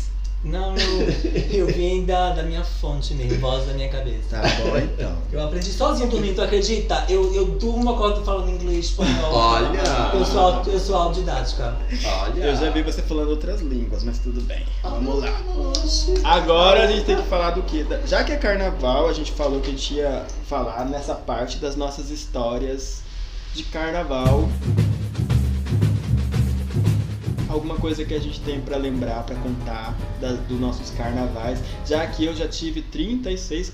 Não, eu, eu vim da, da minha fonte mesmo, voz da minha cabeça. Tá bom então. Eu aprendi sozinho dormindo, tu acredita? Eu, eu durmo, acordo falando inglês, espanhol. Olha! Eu sou, auto- eu sou autodidática. Olha. Eu já vi você falando outras línguas, mas tudo bem. Vamos lá. Agora a gente tem que falar do que? Já que é carnaval, a gente falou que a gente ia falar nessa parte das nossas histórias de carnaval. Alguma coisa que a gente tem pra lembrar, pra contar da- dos nossos carnavais, já que eu já tive 36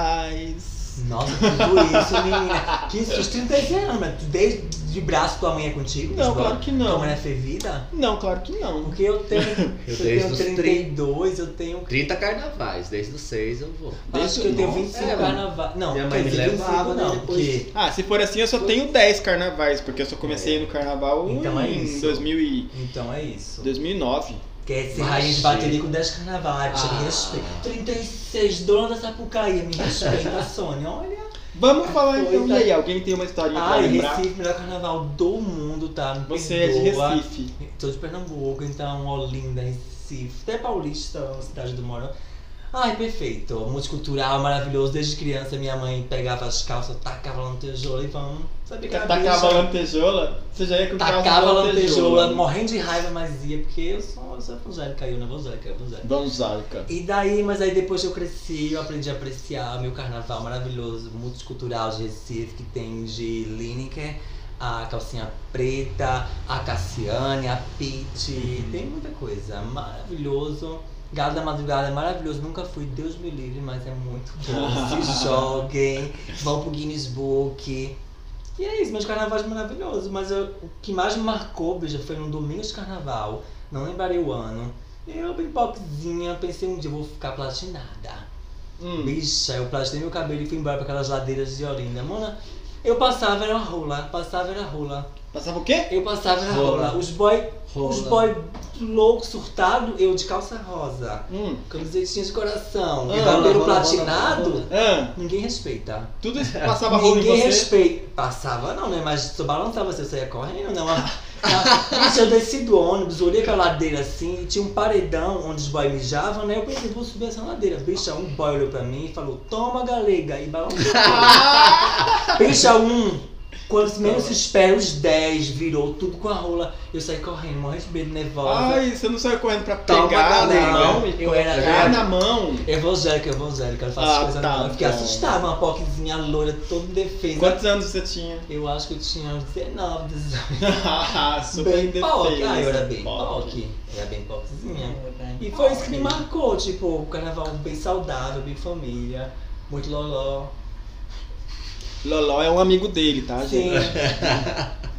carnavais. Nossa, tudo isso, menina. Que susto, 36 anos, mas desde de braço tua mãe é contigo? Não, Tua- claro que não. Tua mãe é fervida? Não, claro que não. Porque eu tenho, eu desde tenho os 32, eu tenho... 30 carnavais, desde os 6 eu vou. Desde- acho que eu tenho Nossa. 25 É, carnaval. Não, minha mãe quer me dizer, 25 levava, né, não, depois- porque... Ah, se for assim, eu só tenho 10 carnavais, porque eu só comecei no carnaval um Então é em isso. 2000 e- Então é isso. 2009. Quer ser Imagina. rainha de é bateria com 10 carnavais, Ah. me respeita. 36, dona da Sapucaí, me respeita, [laughs] Sônia, olha. Vamos falar então. Coisa. E aí, alguém tem uma historinha pra Ai, lembrar? Recife, melhor carnaval do mundo, tá? Me Você é de perdoa. Recife. Sou de Pernambuco, então Olinda, Recife, até Paulista, uma cidade do Moro. Ai, perfeito. Multicultural, maravilhoso. Desde criança, minha mãe pegava as calças, tacava lá no tijolo e vamos. Sabia que era Tacava bicha. lantejola? Você já ia com calça Tacava lantejoula, lantejola. morrendo de raiva, mas ia, porque eu sou, eu sou evangélica, eu não vou evangélica, eu evangélica. Banzarca. E daí, mas aí depois que eu cresci, eu aprendi a apreciar meu carnaval maravilhoso, multicultural de Recife, que tem de Lineker, a calcinha preta, a Cassiane, a Pete, tem muita coisa. Maravilhoso. Galo da Madrugada é maravilhoso, nunca fui, Deus me livre, mas é muito bom. Se joguem, vão pro Guinness Book. E é isso, meus carnavais maravilhosos. Mas eu- o que mais me marcou, bicho, foi num domingo de carnaval, não lembrarei o ano. Eu, bem popzinha, pensei um dia, vou ficar platinada. Hum. Bicha, eu platinei meu cabelo e fui embora pra aquelas ladeiras de Olinda. Mona, eu passava, era rola, passava, era rola. Passava o quê? Eu passava, era Rola. rola. Os boy, Rola. os boy louco, surtado, eu de calça rosa. Hum. Camisetinha de coração, Ah, cabelo rola, rola, platinado. rola, rola. Ah, Ninguém respeita. tudo isso passava rolo em É. Ninguém você? respeita. Passava não, né? Mas tu balançava, você saia correndo, não. Ah, ah, Gente, eu desci do ônibus, olhei pra ladeira assim, e tinha um paredão onde os boys mijavam, né? Eu pensei, vou subir essa ladeira. Bicha, um boy olhou pra mim e falou, toma galega, e balançou. Ah! Bicha, um, quando menos se espera, os 10, virou tudo com a rola. Eu saí correndo, morrendo de medo, nervosa. Ai, você não saiu correndo pra Toma, pegar galera. na mão e Eu era- pegar na mão? Evangélica, evangélica, não faço tá Ah, coisa tá, não. Eu fiquei bom. assustada, uma poquezinha loira, todo defesa. Quantos anos você tinha? [laughs] Eu acho que eu tinha uns 19, 18. Ah, Super Bem POC. indefesa. Ah, eu era bem Poc. POC. É Era bem POCzinha. E foi isso que me marcou, tipo, o carnaval bem saudável, bem família, muito loló. Loló é um amigo dele, tá, Sim. gente? [laughs]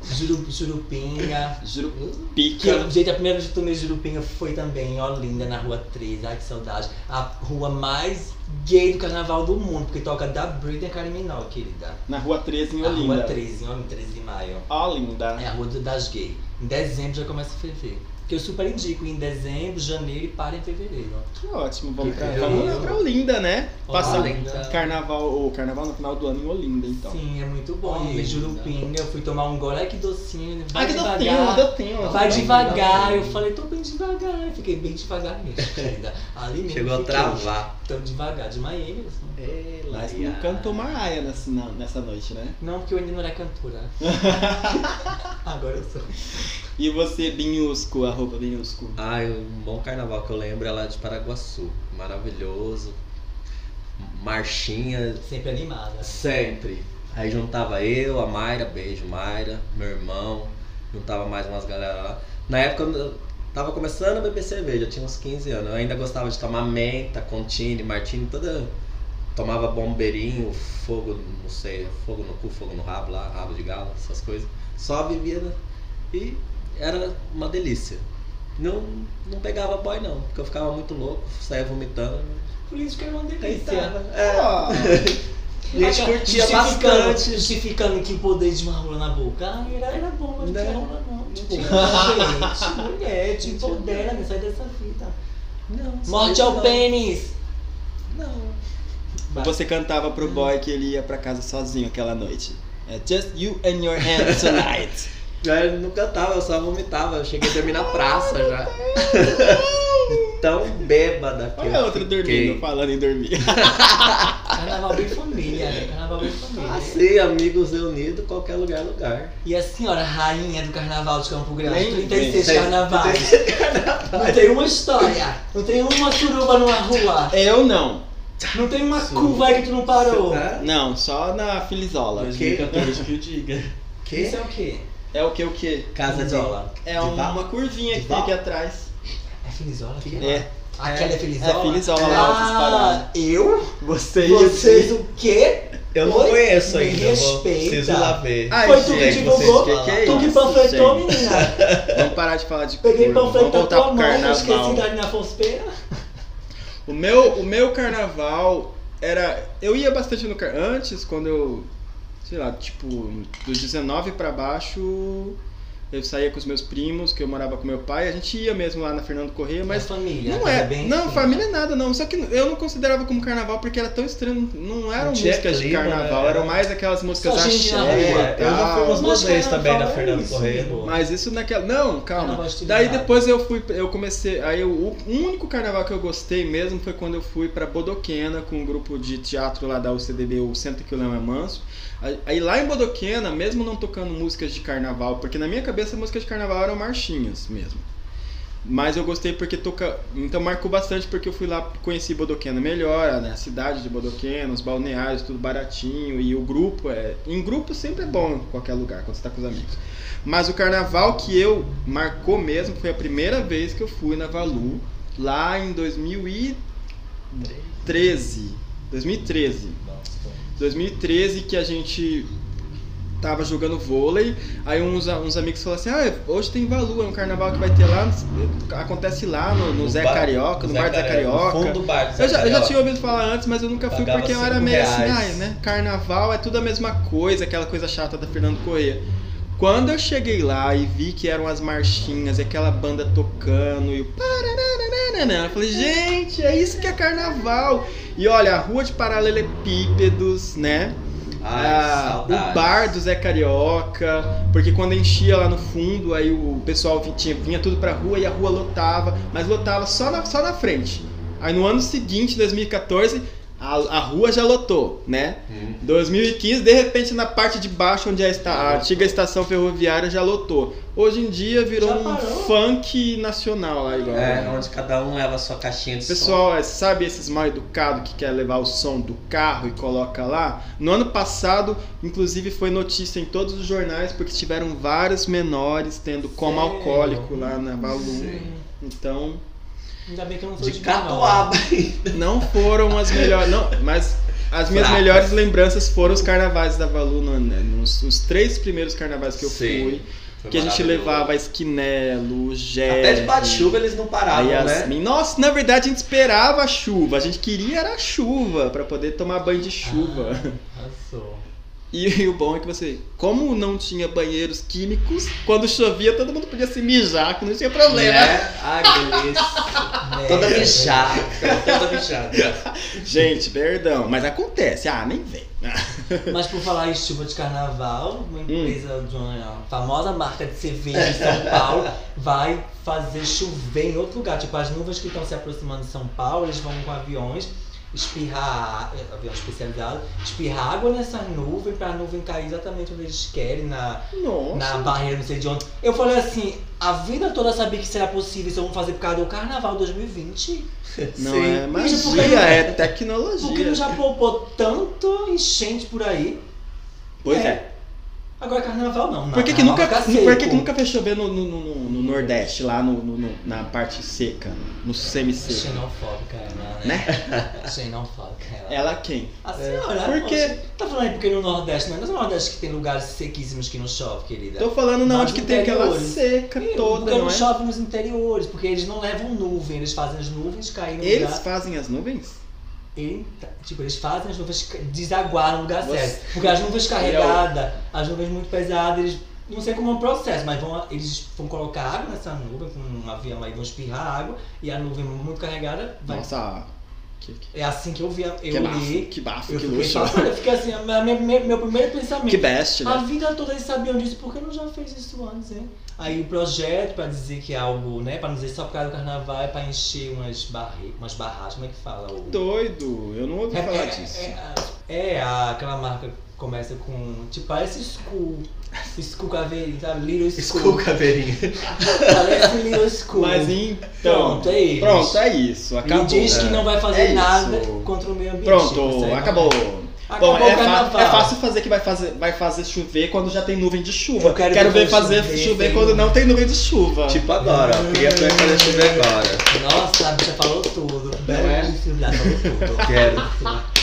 Juru, jurupinga. Que Jurupinga. eu, gente, a primeira vez que eu tomei jurupinga foi também em Olinda, na rua 3. Ai, que saudade. A rua mais gay do carnaval do mundo, porque toca da Britney Carmen Minogue, querida. Na rua 13 em A rua Olinda. 13, em Olinda, 13 de maio. Olinda. É a rua do- das gays. Em dezembro já começa a ferver. Que eu super indico, em dezembro, janeiro e para em fevereiro. Que ótimo, vamos Que pra, beleza. vamos lá pra Olinda, né? Olá, Passar Olinda. carnaval, o carnaval no final do ano em Olinda, então. Sim, é muito bom. Olha, E jurupinga, eu fui tomar um gole, ai que docinho, Ai, vai Ah, que devagar. docinho, docinho. Vai Docinho. devagar, eu falei, tô bem devagar, eu fiquei bem devagar mesmo, [laughs] querida. Ali mesmo Chegou a fiquei. travar. Tão devagar, de Miami. assim. Mas não cantou Mariah nessa, na- nessa noite, né? Não, porque eu ainda não era [laughs] cantora. Agora eu sou. E você, Binhusco, arroba Ah, Binhusco. Ai, um bom carnaval que eu lembro é lá de Paraguaçu. Maravilhoso. marchinha Sempre animada. Sempre. Aí juntava eu, a Mayra, beijo Mayra, meu irmão, juntava mais umas galera lá. Na época eu tava começando a beber cerveja, eu tinha uns 15 anos. Eu ainda gostava de tomar menta, contine, martini, toda. Tomava bombeirinho, fogo, não sei, fogo no cu, fogo no rabo lá, rabo de galo, essas coisas. Só vivia né? e era uma delícia. Não, não pegava boy não, porque eu ficava muito louco, saía vomitando. é, Por isso que eu mandei delícia. E a gente curtia bastante. Justificando que o poder de uma rola na boca. Ah, era, era bom, mas não tinha Não. rola [laughs] não. Tipo, Não gente, mulher, te empodera, me sai dessa fita. Não, Morte saía ao não. pênis! Não. Ou Você cantava pro boy que ele ia pra casa sozinho aquela noite. É just you and your hands [laughs] tonight. Eu É, não cantava, eu só vomitava. Eu cheguei a dormir na praça [laughs] já. De Tão bêbada que Olha a eu outra fiquei. dormindo, falando em dormir. [laughs] Carnaval bem família, né? Carnaval bem família. Assim, amigos reunidos, qualquer lugar, é lugar. E a senhora rainha do carnaval de Campo Grande, Nem 36 vem. carnavais. Não tem uma história, não tem uma suruba numa rua, Eu não. não tem uma curva aí que tu não parou. Você tá? Não, só na Filizola. 2014 é que eu diga. Isso Que? é o quê? É o que o que? Casa de Filizola. É de uma, barro? uma curvinha De que tem aqui barro? atrás. É Filizola? aqui? É. Aquela é Filizola? É Filizola lá, outras paradas. Ah, eu? Você Vocês o quê? Eu não Oi? conheço Me ainda. eu vou- respeita. Preciso lá ver. Ai, Foi tu que gente, divulgou? vocês, que que é Tu que isso, panfletou, gente? menina? Vamos parar de falar de então Peguei então, curva, panfleto Vamos da voltar tua pro mão, não carnaval. esqueci da Nina Fonseca. O meu, o meu carnaval era. Eu ia bastante no carnaval. Antes, quando eu. Sei lá, tipo, dos 19 pra baixo, eu saía com os meus primos, que eu morava com meu pai. A gente ia mesmo lá na Fernando Corrêa, mas. família, Não casa é, bem não, assim. família nada não. Só que eu não considerava como carnaval porque era tão estranho. Não eram Não tinha músicas de clima, carnaval, né? eram mais aquelas músicas Só gente na axé, rua. tal. É, Eu já fui umas duas Mas vezes também na carnaval é Fernando isso, Correia. meu amor. Mas isso naquela. Não, calma. Carnaval estilizado. Daí depois eu fui. Eu comecei. Aí eu- o único carnaval que eu gostei mesmo foi quando eu fui pra Bodoquena com um grupo de teatro lá da UCDB, o Centro que o Leão é Manso. Aí- Aí lá em Bodoquena, mesmo não tocando músicas de carnaval, porque na minha cabeça músicas de carnaval eram marchinhas mesmo. Mas eu gostei porque toca. Então marcou bastante porque eu fui lá, conheci Bodoquena melhor, né? a cidade de Bodoquena, os balneários, tudo baratinho. E o grupo é. Em grupo sempre é bom em qualquer lugar, quando você tá com os amigos. Mas o carnaval que eu marcou mesmo foi a primeira vez que eu fui na Valu, lá em 2013. 2013. 2013 que a gente tava jogando vôlei, aí uns, uns amigos falaram assim, ah, hoje tem Valu, é um carnaval que vai ter lá, acontece lá no, no Zé bar- Carioca, no Zé Bar do Zé No Carioca. fundo do bar do Zé Eu já, eu já Carioca. tinha ouvido falar antes, mas eu nunca fui Pagava porque eu era cinco meio assim, reais. ai, né? Carnaval é tudo a mesma coisa, aquela coisa chata da Fernando Corrêa. Quando eu cheguei lá e vi que eram as marchinhas e aquela banda tocando e o parararararana, eu falei, gente, é isso que é carnaval. E olha, a rua de paralelepípedos, né? Ai, Ah, saudades. o bar do Zé Carioca, porque quando enchia lá no fundo, aí o pessoal vi- tinha- vinha tudo pra rua e a rua lotava, mas lotava só na, só na frente. Aí no ano seguinte, 2014, a, a rua já lotou, né? Hum. 2015, de repente, na parte de baixo, onde é a, esta- a antiga estação ferroviária já lotou. Hoje em dia virou Já um parou? funk nacional lá igual. É, onde cada um leva a sua caixinha de som. Pessoal, é, sabe esses mal educados que quer levar o som do carro e coloca lá? No ano passado, inclusive, foi notícia em todos os jornais porque tiveram vários menores tendo coma Sério? alcoólico lá na Balu. Sim. Então, Hum, Ainda bem que eu não sou De de, catuaba. não foram as melhores. Não, mas as minhas Fracas. melhores lembranças foram os carnavais da Balu, no- né, nos os três primeiros carnavais que eu Sim, fui. Foi Que a gente maravilhoso. levava esquinelo, gel. Até debaixo de chuva eles não paravam, Aí né? Yasmin, nossa, na verdade a gente esperava a chuva, a gente queria era a chuva pra poder tomar banho de chuva. Ah. Arrasou. [laughs] E, e o bom é que você, como não tinha banheiros químicos, quando chovia todo mundo podia se mijar, que não tinha É. problema. Né? Ai, que delícia. Toda mijada. Toda bichada. Gente, perdão, mas acontece. Ah, nem [laughs] vem. Mas por falar em chuva de carnaval, uma empresa de uma famosa marca de cerveja de São Paulo vai fazer chover em outro lugar. Tipo, as nuvens que estão se aproximando de São Paulo, eles vão com aviões espirrar, é, avião especializado, espirrar água nessa nuvem pra nuvem cair exatamente onde eles querem, na, Nossa. na barreira, não sei de onde. Eu falei assim, a vida toda eu sabia que será possível isso eu vou fazer por causa do carnaval 2020. Não Sim. é magia, porque- é Porque tecnologia. não já poupou tanto enchente por aí. Pois é. Agora carnaval não. Por que, que Carnaval nunca, fica nu- por que seco. que nunca fez chover no, no- no- no- no Nordeste, lá no, no- no- na parte seca, no semi-seco? Xenofóbica ela, né? [laughs] Xenofóbica ela. Ela quem? A senhora, É. Por poxa, quê? Tá falando aí porque no Nordeste, não é no Nordeste que tem lugares sequíssimos que não chove, querida. Tô falando na Mas onde que tem aquela interiores. seca Porque Então toda, não não é? chove nos interiores, porque eles não levam nuvem, eles fazem as nuvens cair no Eles lugar. fazem as nuvens? Eita, tipo, eles fazem as nuvens ca- desaguar no lugar Você- é certo. Porque as [laughs] nuvens carregadas, as nuvens muito pesadas, eles. Não sei como é o processo, mas vão, eles vão colocar água nessa nuvem, com um avião aí, vão espirrar água, e a nuvem muito carregada vai. Nossa, que, que, É assim que eu vi, eu que li. bafo, que bafo, Eu que fiquei, luxo. passada, eu fiquei assim, a minha- minha- minha- meu primeiro pensamento. Que best, A né? vida toda eles sabiam disso, por que não já fez isso antes, hein? Aí o projeto pra dizer que é algo, né? Pra não dizer só por causa do carnaval é pra encher umas, barre... umas barragens, como é que fala? O... Doido, eu não ouvi É, falar é, disso. é, é, é, a- aquela marca que começa com. Tipo, parece School. School Caveirinha, sabe? tá? Little School. Desculpa, caveirinha. parece Little School. Mas então, Pronto, é isso. pronto, é isso, Ele acabou. diz que não vai fazer É isso. nada contra o meio ambiente. Isso aí Pronto, não- acabou. Acabou Bom, é, o fa- carnaval. é fácil fazer que vai fazer, vai fazer chover quando já tem nuvem de chuva. Eu quero ver ver fazer chover, chover, tem- um- quando não tem nuvem de chuva. Tipo agora, ó. Queria ver fazer chover agora. Nossa, a bicha falou tudo. Não é? Belíssimo, já falou [laughs] tudo. Quero.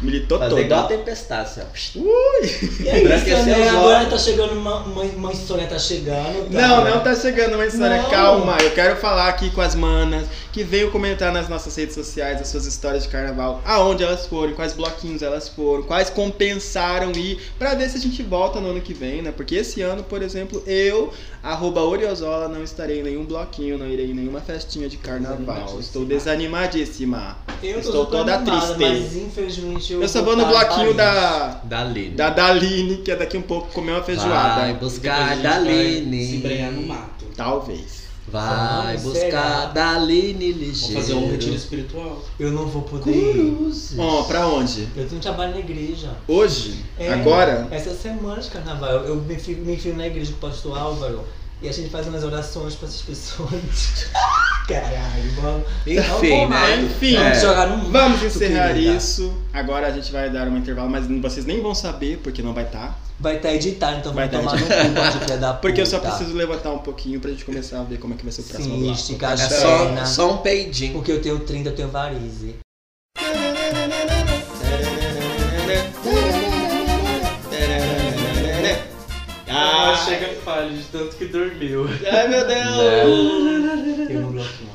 militou Fazer igual a toda. tempestade, assim, ó. E é isso, Embranquecer né? os Agora olhos. tá chegando, ma- mãe, mãe Sônia tá chegando. tá? Não, não tá chegando uma história. Não. Calma, eu quero falar aqui com as manas que veio comentar nas nossas redes sociais as suas histórias de carnaval, aonde elas foram, quais bloquinhos elas foram, quais compensaram ir, pra ver se a gente volta no ano que vem, né? Porque esse ano, por exemplo, eu, arroba Oriozola, não estarei em nenhum bloquinho, não irei em nenhuma festinha de carnaval. Desanimadíssima. Estou desanimadíssima. Eu tô Estou super toda animada, triste. Mas infelizmente eu. Eu só vou vou no estar em bloquinho Paris. da, Dali. da Daline, que é daqui um pouco comer uma feijoada. Vai buscar a Depois a gente vai Daline. Se embrenhar no mato. Talvez. Vai Vamos, buscar será? a Daline Vou ligeiro. fazer um retiro espiritual. Eu não vou poder ir. Cruzes. Ó, pra onde? Eu tenho trabalho na igreja. Hoje? É, Agora? Essa semana de carnaval. Eu eu me fio, me fio na igreja com o pastor Álvaro. E a gente faz umas orações pra essas pessoas. [laughs] Caralho, mano. Enfim, Vamos lá, né? Enfim, É. jogar no Vamos mato, encerrar querida. isso. Agora a gente vai dar um intervalo, mas vocês nem vão saber porque não vai estar. Vai estar editado, então Vai vai tá tomar no cu, bando de filha da puta. Porque eu só preciso levantar um pouquinho pra gente começar a ver como é que vai ser o próximo tá. Sim, bloco. Tá esticar É as só, pernas. só um peidinho. Porque eu tenho 30, eu tenho varize. Ah, Ah, chega falha de tanto que dormiu. ai meu Deus! Eu não bloquinho.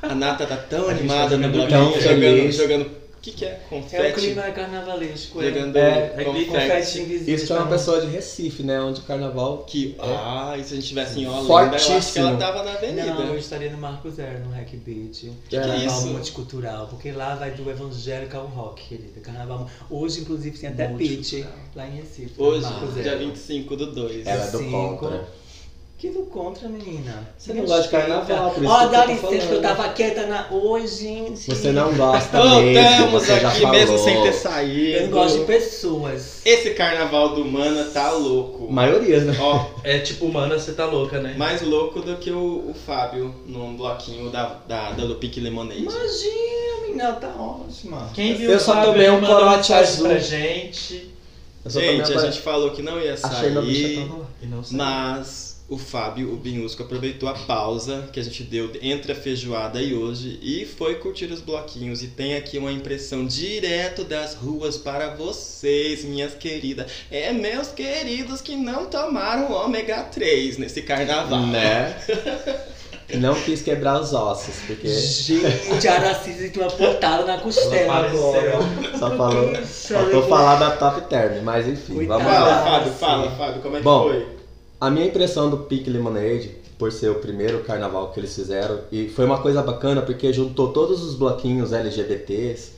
A Nata tá É tão gente animada tá né? no jogando bloquinho, tão jogando, feliz. jogando. O que, que é? Confete? carnavalesco. Jogando É, é confete. confete. Isso é uma pessoa de Recife, né? Onde o carnaval. Que, É ah, e se a gente tivesse em Holanda, eu acho que Fortíssimo. ela tava na avenida. Não, eu estaria no Marco Zero, no Hack Beat. é Que carnaval isso? multicultural, porque lá vai do evangélico ao rock, querida. Carnaval. Hoje, inclusive, tem até beat lá em Recife. no Hoje, Marco dia Ah, Zero. 25 do 2. Ela é do Cinco. contra. Que do contra, menina. Você não gosta de carnaval, por isso Ó, que eu tô dá licença falando. que eu tava quieta na. Oi, gente. Você não gosta mesmo, Voltamos você já aqui falou. mesmo sem ter Eu saído. não gosto de pessoas. Esse carnaval do Mana tá louco. Maioria, né? Ó, É tipo, mano, você tá louca, né? mais louco do que o, o Fábio num bloquinho da, da, da Lupique Lemonade. Imagina, menina, tá ótima. Quem Eu só sabe, tomei um manda corote mensagem azul. Pra gente. Eu só gente, tomei a uma- gente falou que não ia Achei meu bicho sair, tava lá. E não sei. mas o Fábio, o Binhusco, aproveitou a pausa que a gente deu entre a feijoada e hoje e foi curtir os bloquinhos. E tem aqui uma impressão direto das ruas para vocês, minhas queridas. É meus queridos que não tomaram ômega 3 nesse carnaval. Né? Não quis quebrar os ossos, porque Gente, a Aracisa tem uma pontada na costela Ela apareceu. agora. só falou. Ela Faltou falar da top term, mas enfim, Coitada. vamos lá. Fala, Fábio, Sim. fala, Fábio, como é que Bom, foi? A minha impressão do Pink Lemonade, por ser o primeiro carnaval que eles fizeram, e foi uma coisa bacana porque juntou todos os bloquinhos LGBTs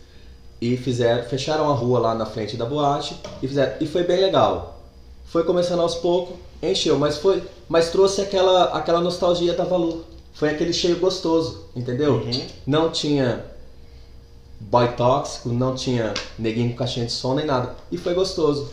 e fizeram, fecharam a rua lá na frente da boate e fizeram, e foi bem legal. Foi começando aos poucos, encheu, mas foi, mas trouxe aquela aquela nostalgia da Valu. Foi aquele cheio gostoso, entendeu? Uhum. Não tinha boy tóxico, não tinha neguinho com caixinha de som nem nada. E foi gostoso.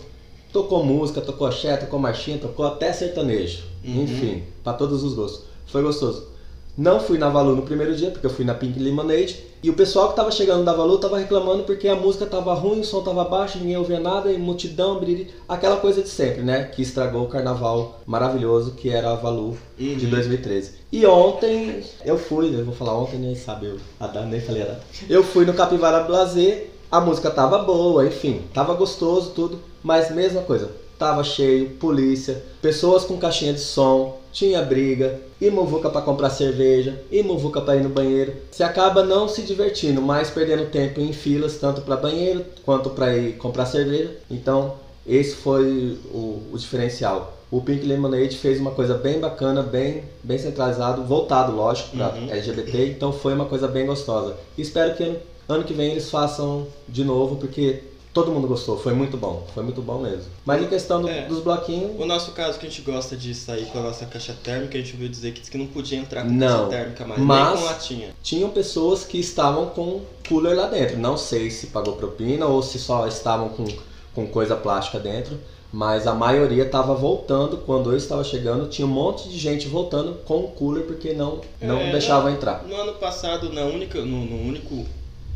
Tocou música, tocou axé, tocou marchinha, tocou até sertanejo. Enfim, pra todos os gostos. Foi gostoso. Não fui na Valu no primeiro dia, porque eu fui na Pink Lemonade. E o pessoal que tava chegando da Valu tava reclamando porque a música tava ruim, o som tava baixo, ninguém ouvia nada, e multidão, briri. Aquela coisa de sempre, né? Que estragou o carnaval maravilhoso que era a Valu de 2013. E ontem eu fui, eu vou falar ontem, nem sabe eu, a data, nem falei a data. Eu fui no Capivara Blazer, a música tava boa, enfim, tava gostoso tudo, mas mesma coisa, tava cheio, polícia, pessoas com caixinha de som, tinha briga, e muvuca pra comprar cerveja, e muvuca pra ir no banheiro. Você acaba não se divertindo, mas perdendo tempo em filas, tanto pra banheiro quanto pra ir comprar cerveja. Então, esse foi o, o diferencial. O Pink Lemonade fez uma coisa bem bacana, bem, bem centralizado, voltado, lógico, para LGBT, então foi uma coisa bem gostosa. E espero que ano, ano que vem eles façam de novo, porque todo mundo gostou, foi muito bom, foi muito bom mesmo. Mas em questão do- É. dos bloquinhos, O nosso caso que a gente gosta de sair com a nossa caixa térmica, a gente ouviu dizer que, disse que não podia entrar com Não, caixa térmica mais, mas- nem com latinha. tinham pessoas que estavam com cooler lá dentro. Não sei se pagou propina ou se só estavam com, com coisa plástica dentro, mas a maioria estava voltando. Quando eu estava chegando, tinha um monte de gente voltando com cooler porque não, não É, deixavam entrar. No ano passado, na única, no, no único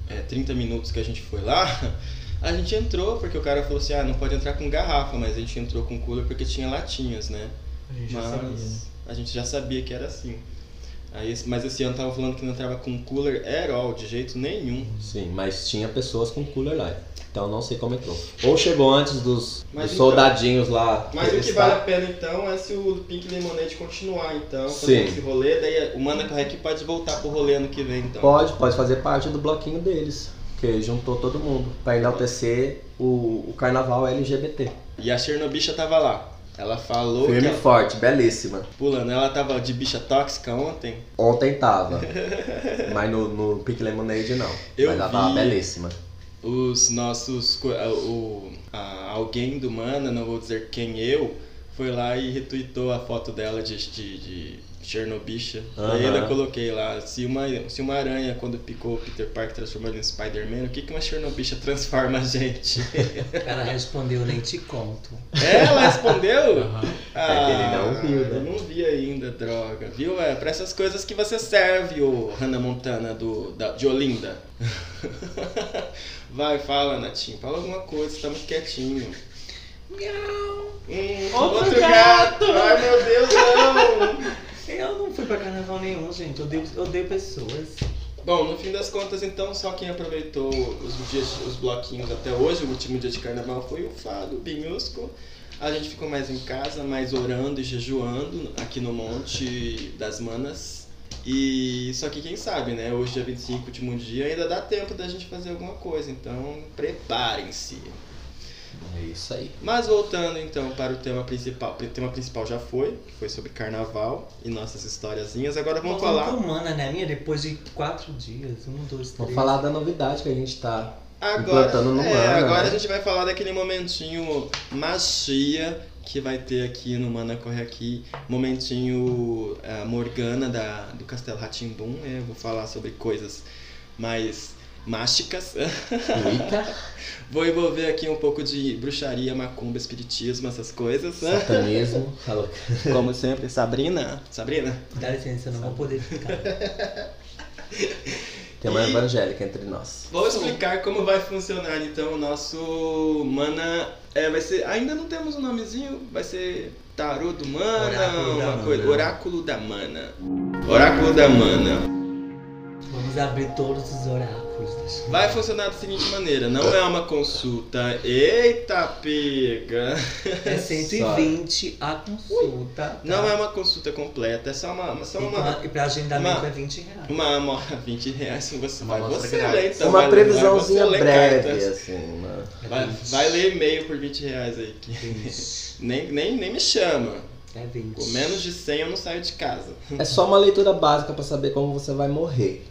é, 30 minutos que a gente foi lá, [laughs] a gente entrou porque o cara falou assim, ah, não pode entrar com garrafa, mas a gente entrou com cooler porque tinha latinhas, né? A gente já sabia. né? Mas a gente já sabia que era assim. Aí, esse- mas esse ano tava falando que não entrava com cooler at all, de jeito nenhum. Sim, mas tinha pessoas com cooler lá. Então não sei como entrou. Ou chegou antes dos, Mas dos então- soldadinhos lá. Mas o que testar. vale a pena então é se o Pink Lemonade continuar então, Sim. fazer esse rolê, daí o Mana Correc pode voltar pro rolê ano que vem então. Pode, pode fazer parte do bloquinho deles. Que juntou todo mundo. Pra enaltecer o, o carnaval LGBT. E a Chernobicha tava lá. Ela falou que Firme e ela, forte, belíssima. pulando, ela tava de bicha tóxica ontem. Ontem tava. [laughs] mas no, no Pink Lemonade não. Eu mas ela tava vi. belíssima. Os nossos. co- a- O, a- alguém do Mana, não vou dizer quem eu, foi lá e retweetou a foto dela de, de, de Chernobicha. Aham. Aí ainda coloquei lá: se uma, se uma aranha, quando picou o Peter Parker, transformou ele em Spider-Man, o que, que uma Chernobicha transforma a gente? O cara respondeu, nem te conto. Ela respondeu? Ah, É que ele não viu, né? Eu não vi ainda, droga. Viu? É pra essas coisas que você serve, o Hannah Montana do, da, de Olinda. [laughs] Vai, fala, Natinho. Fala alguma coisa, você tá muito quietinho. Hum, outro, gato. Ai, meu Deus, não! Eu não fui pra carnaval nenhum, gente. Odeio, odeio pessoas. Bom, no fim das contas, então, só quem aproveitou os, dias, os bloquinhos até hoje, o último dia de carnaval, foi o Fábio Binhusco. A gente ficou mais em casa, mais orando e jejuando aqui no Monte das Manas. E só que quem sabe, né? Hoje, dia 25, último dia, ainda dá tempo da gente fazer alguma coisa, então preparem-se. É isso aí. Mas voltando então para o tema principal. O tema principal já foi, que foi sobre carnaval e nossas historiazinhas. Agora vamos falar. humana, né? Minha, depois de quatro dias. Um, dois, três. Vamos falar da novidade que a gente tá Agora, Implantando no é, Mana, agora né? a gente vai falar daquele momentinho magia que vai ter aqui no Mana Corre Aqui. Momentinho eh, Morgana da, do Castelo Ratimbum. né? Eu vou falar sobre coisas mais mágicas. [laughs] Wicca, vou envolver aqui um pouco de bruxaria, macumba, espiritismo, essas coisas. né? [laughs] satanismo. tá Hello Como sempre, Sabrina. Sabrina? Dá licença, eu não vou poder ficar. Tem uma E- evangélica entre nós. Vou explicar como vai funcionar então o nosso mana. É, vai ser. Ainda não temos um nomezinho, vai ser Tarô do Mana, Oráculo da uma Mana. coisa. Oráculo da Mana. Oráculo da Mana. Vamos abrir todos os oráculos. das- Vai funcionar da seguinte maneira, não é uma consulta. Eita pega! É 120 a consulta. tá? Não é uma consulta completa, é só uma. Só E uma pra- E pra agendamento uma- é 20 reais. uma amostra, 20 reais, você Uma vai amostra você grátis. ler, então. uma vai ler- vai previsãozinha você né? ler breve, cartas. assim, uma- É Vai, 20. vai ler e-mail por 20 reais aí. que- [laughs] nem, nem, nem me chama. É 20. Com menos de 100 eu não saio de casa. É só uma leitura básica pra saber como você vai morrer.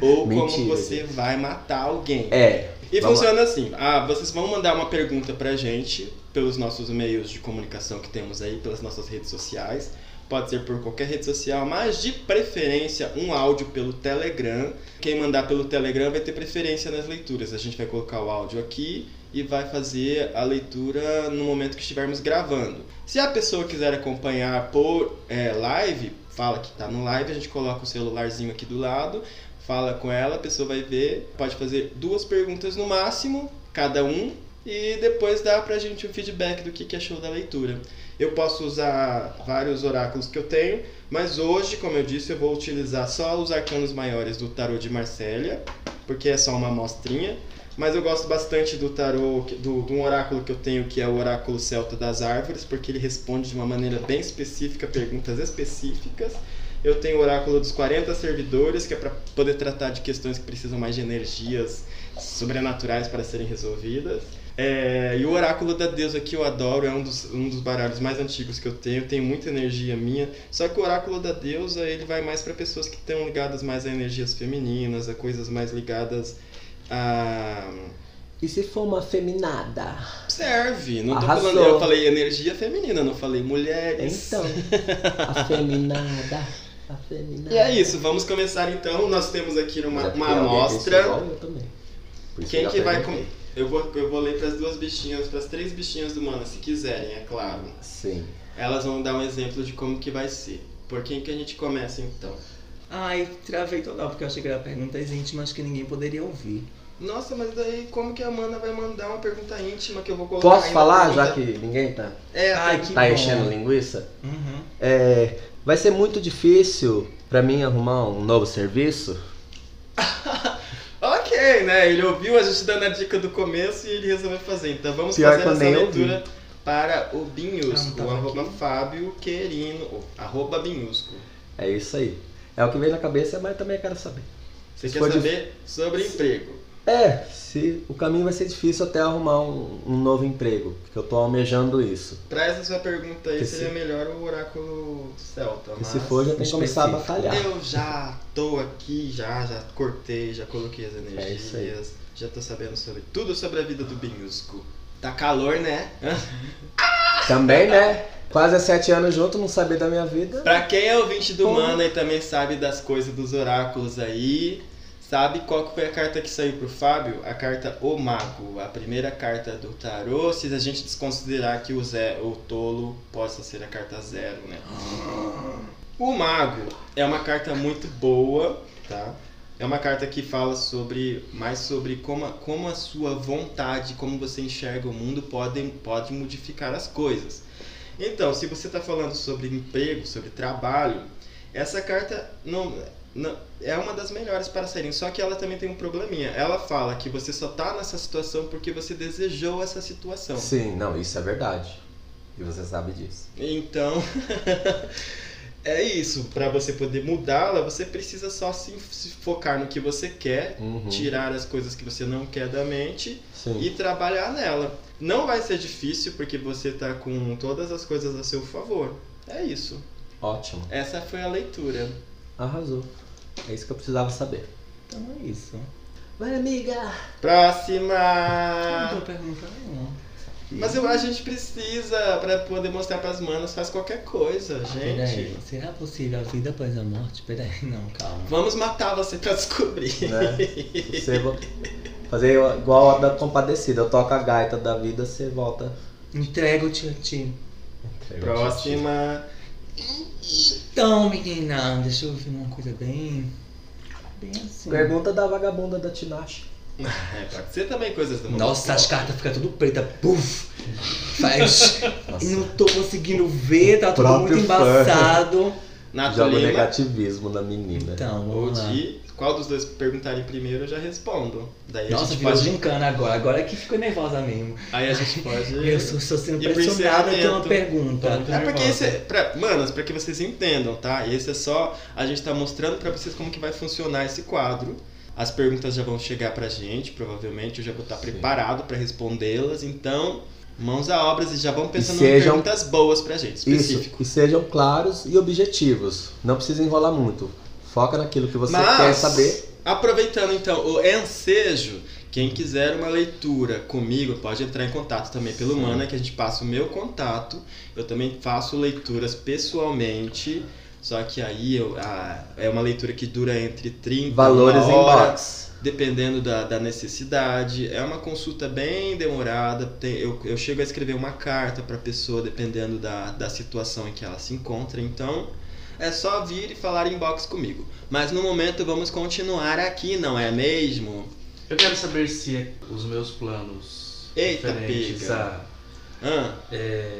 Ou como [laughs] Mentira, você vai matar alguém. É, E vamos funciona assim. Ah, vocês vão mandar uma pergunta pra gente pelos nossos meios de comunicação que temos aí, pelas nossas redes sociais. pode ser por qualquer rede social, mas de preferência um áudio pelo Telegram. Quem mandar pelo Telegram vai ter preferência nas leituras. A gente vai colocar o áudio aqui e vai fazer a leitura no momento que estivermos gravando. Se a pessoa quiser acompanhar por é, live, fala que está no live, a gente coloca o celularzinho aqui do lado, fala com ela, a pessoa vai ver, pode fazer duas perguntas no máximo, cada um, e depois dá pra gente um feedback do que, que achou da leitura. Eu posso usar vários oráculos que eu tenho, mas hoje, como eu disse, eu vou utilizar só os arcanos maiores do tarô de Marsella, porque é só uma amostrinha. Mas eu gosto bastante do tarô, do, de um oráculo que eu tenho, que é o oráculo celta das árvores, porque ele responde de uma maneira bem específica, perguntas específicas. Eu tenho o oráculo dos 40 servidores, que é para poder tratar de questões que precisam mais de energias sobrenaturais para serem resolvidas. É, e o oráculo da deusa que eu adoro é um dos, um dos baralhos mais antigos que eu tenho, tem muita energia minha. Só que o oráculo da deusa ele vai mais para pessoas que estão ligadas mais a energias femininas, a coisas mais ligadas a. E se for uma feminada? Serve, não tô Arrasou. falando. Eu falei energia feminina, não falei mulheres. [laughs] Então, afeminada. Afeminada. E é isso, vamos começar então. Nós temos aqui uma, Mas é porque uma alguém amostra. pensa igual eu também. Por isso Quem eu que já vai perguntei. com... eu vou eu vou ler para as duas bichinhas, para as três bichinhas do mano, se quiserem, é claro. Sim. Elas vão dar um exemplo de como que vai ser. Por quem que a gente começa então? Ai, travei total, porque eu achei que era perguntas íntimas que ninguém poderia ouvir. Nossa, mas daí como que a Amanda vai mandar uma pergunta íntima que eu vou colocar? Posso aí na falar, pergunta? já que ninguém tá, É, Ai, tá- que tá bom. enchendo linguiça? Uhum. É, vai ser muito difícil pra mim arrumar um novo serviço? Ok, né? Ele ouviu a gente dando a dica do começo e ele resolveu fazer. Então vamos Pior fazer que eu essa nem leitura para o Binhusco, Ah, não tava arroba aqui. Fábio Querino, ou arroba Binhusco. É isso aí. É o que veio na cabeça, mas também quero saber. Você Se quer for de- saber sobre emprego? É, se o caminho vai ser difícil até arrumar um, um novo emprego, porque eu tô almejando isso. Traz a sua pergunta aí, Que seria se- melhor o oráculo celta. E mas- se for, já tá. tem que começar a batalhar. Eu já tô aqui, já, já cortei, já coloquei as É isso aí. energias, já tô sabendo sobre tudo sobre a vida do Binhusco. Tá calor, né? Também, né? Quase há sete anos junto, não saber da minha vida. Pra quem é ouvinte do Mana e também sabe das coisas dos oráculos aí, sabe qual que foi a carta que saiu pro Fábio? A carta O Mago, a primeira carta do tarô, se a gente desconsiderar que o, Zé, o Tolo possa ser a carta zero, né? O Mago é uma carta muito boa, tá? É uma carta que fala sobre mais sobre como a, como a sua vontade, como você enxerga o mundo podem pode modificar as coisas. Então, se você está falando sobre emprego, sobre trabalho, essa carta não, não- é uma das melhores para serem. Só que ela também tem um probleminha. Ela fala que você só está nessa situação porque você desejou essa situação. Sim, não, isso é verdade. E você sabe disso. Então, [laughs] é isso. Para você poder mudá-la, você precisa só se, se focar no que você quer, Uhum. tirar as coisas que você não quer da mente Sim. e trabalhar nela. Não vai ser difícil porque você tá com todas as coisas a seu favor. É isso. Ótimo. Essa foi a leitura. Arrasou. É isso que eu precisava saber. Então é isso. Vai, amiga! Não Próxima! vou perguntar nenhuma. Uhum. Mas eu acho que a gente precisa pra poder mostrar pras manas, faz qualquer coisa, gente. Ah, Peraí, será possível a vida após a morte? Peraí, [laughs] não, calma. Vamos matar você pra [laughs] descobrir. Né? Você vo- fazer igual a da compadecida. Eu toco a gaita da vida, você volta. Entrego-te a ti. Próxima. Então, menina, deixa eu ver uma coisa bem. Bem assim. Pergunta da vagabunda da Tinashe. É, pode ser também coisas do mundo. Nossa, as cartas ficam tudo preta, puf! Faz. E não tô conseguindo ver, tá tudo Próprio muito embaçado. Nato Joga Lima. negativismo na menina. Então, Ou vamos lá. de qual dos dois perguntarem primeiro, eu já respondo. Daí a Nossa, gente virou pode. gincana agora. Agora é que ficou nervosa mesmo. Aí a gente pode. [laughs] Eu sou, sou sendo E pro pressionada ter uma encerramento. pergunta. É porque esse é. Pra, manas, pra que vocês entendam, tá? Esse é só. A gente tá mostrando pra vocês como que vai funcionar esse quadro. As perguntas já vão chegar pra gente, provavelmente. Eu já vou estar Sim. preparado pra respondê-las. Então, mãos à obra e já vão pensando sejam- em perguntas boas pra gente, é um Isso, específico. e sejam claros e objetivos. Não precisa enrolar muito. Foca naquilo que você Mas, quer saber. Aproveitando então o ensejo, Quem quiser uma leitura comigo, pode entrar em contato também pelo Mana, que a gente passa o meu contato. Eu também faço leituras pessoalmente. Só que aí eu, a- é uma leitura que dura entre 30 Valores e em uma hora, box. dependendo da, da necessidade. É uma consulta bem demorada. Tem- eu, eu chego a escrever uma carta para a pessoa, dependendo da, da situação em que ela se encontra. Então, é só vir e falar em box comigo. Mas no momento vamos continuar aqui, não é mesmo? Eu quero saber se é- os meus planos Eita, referentes pega. a Ah, é,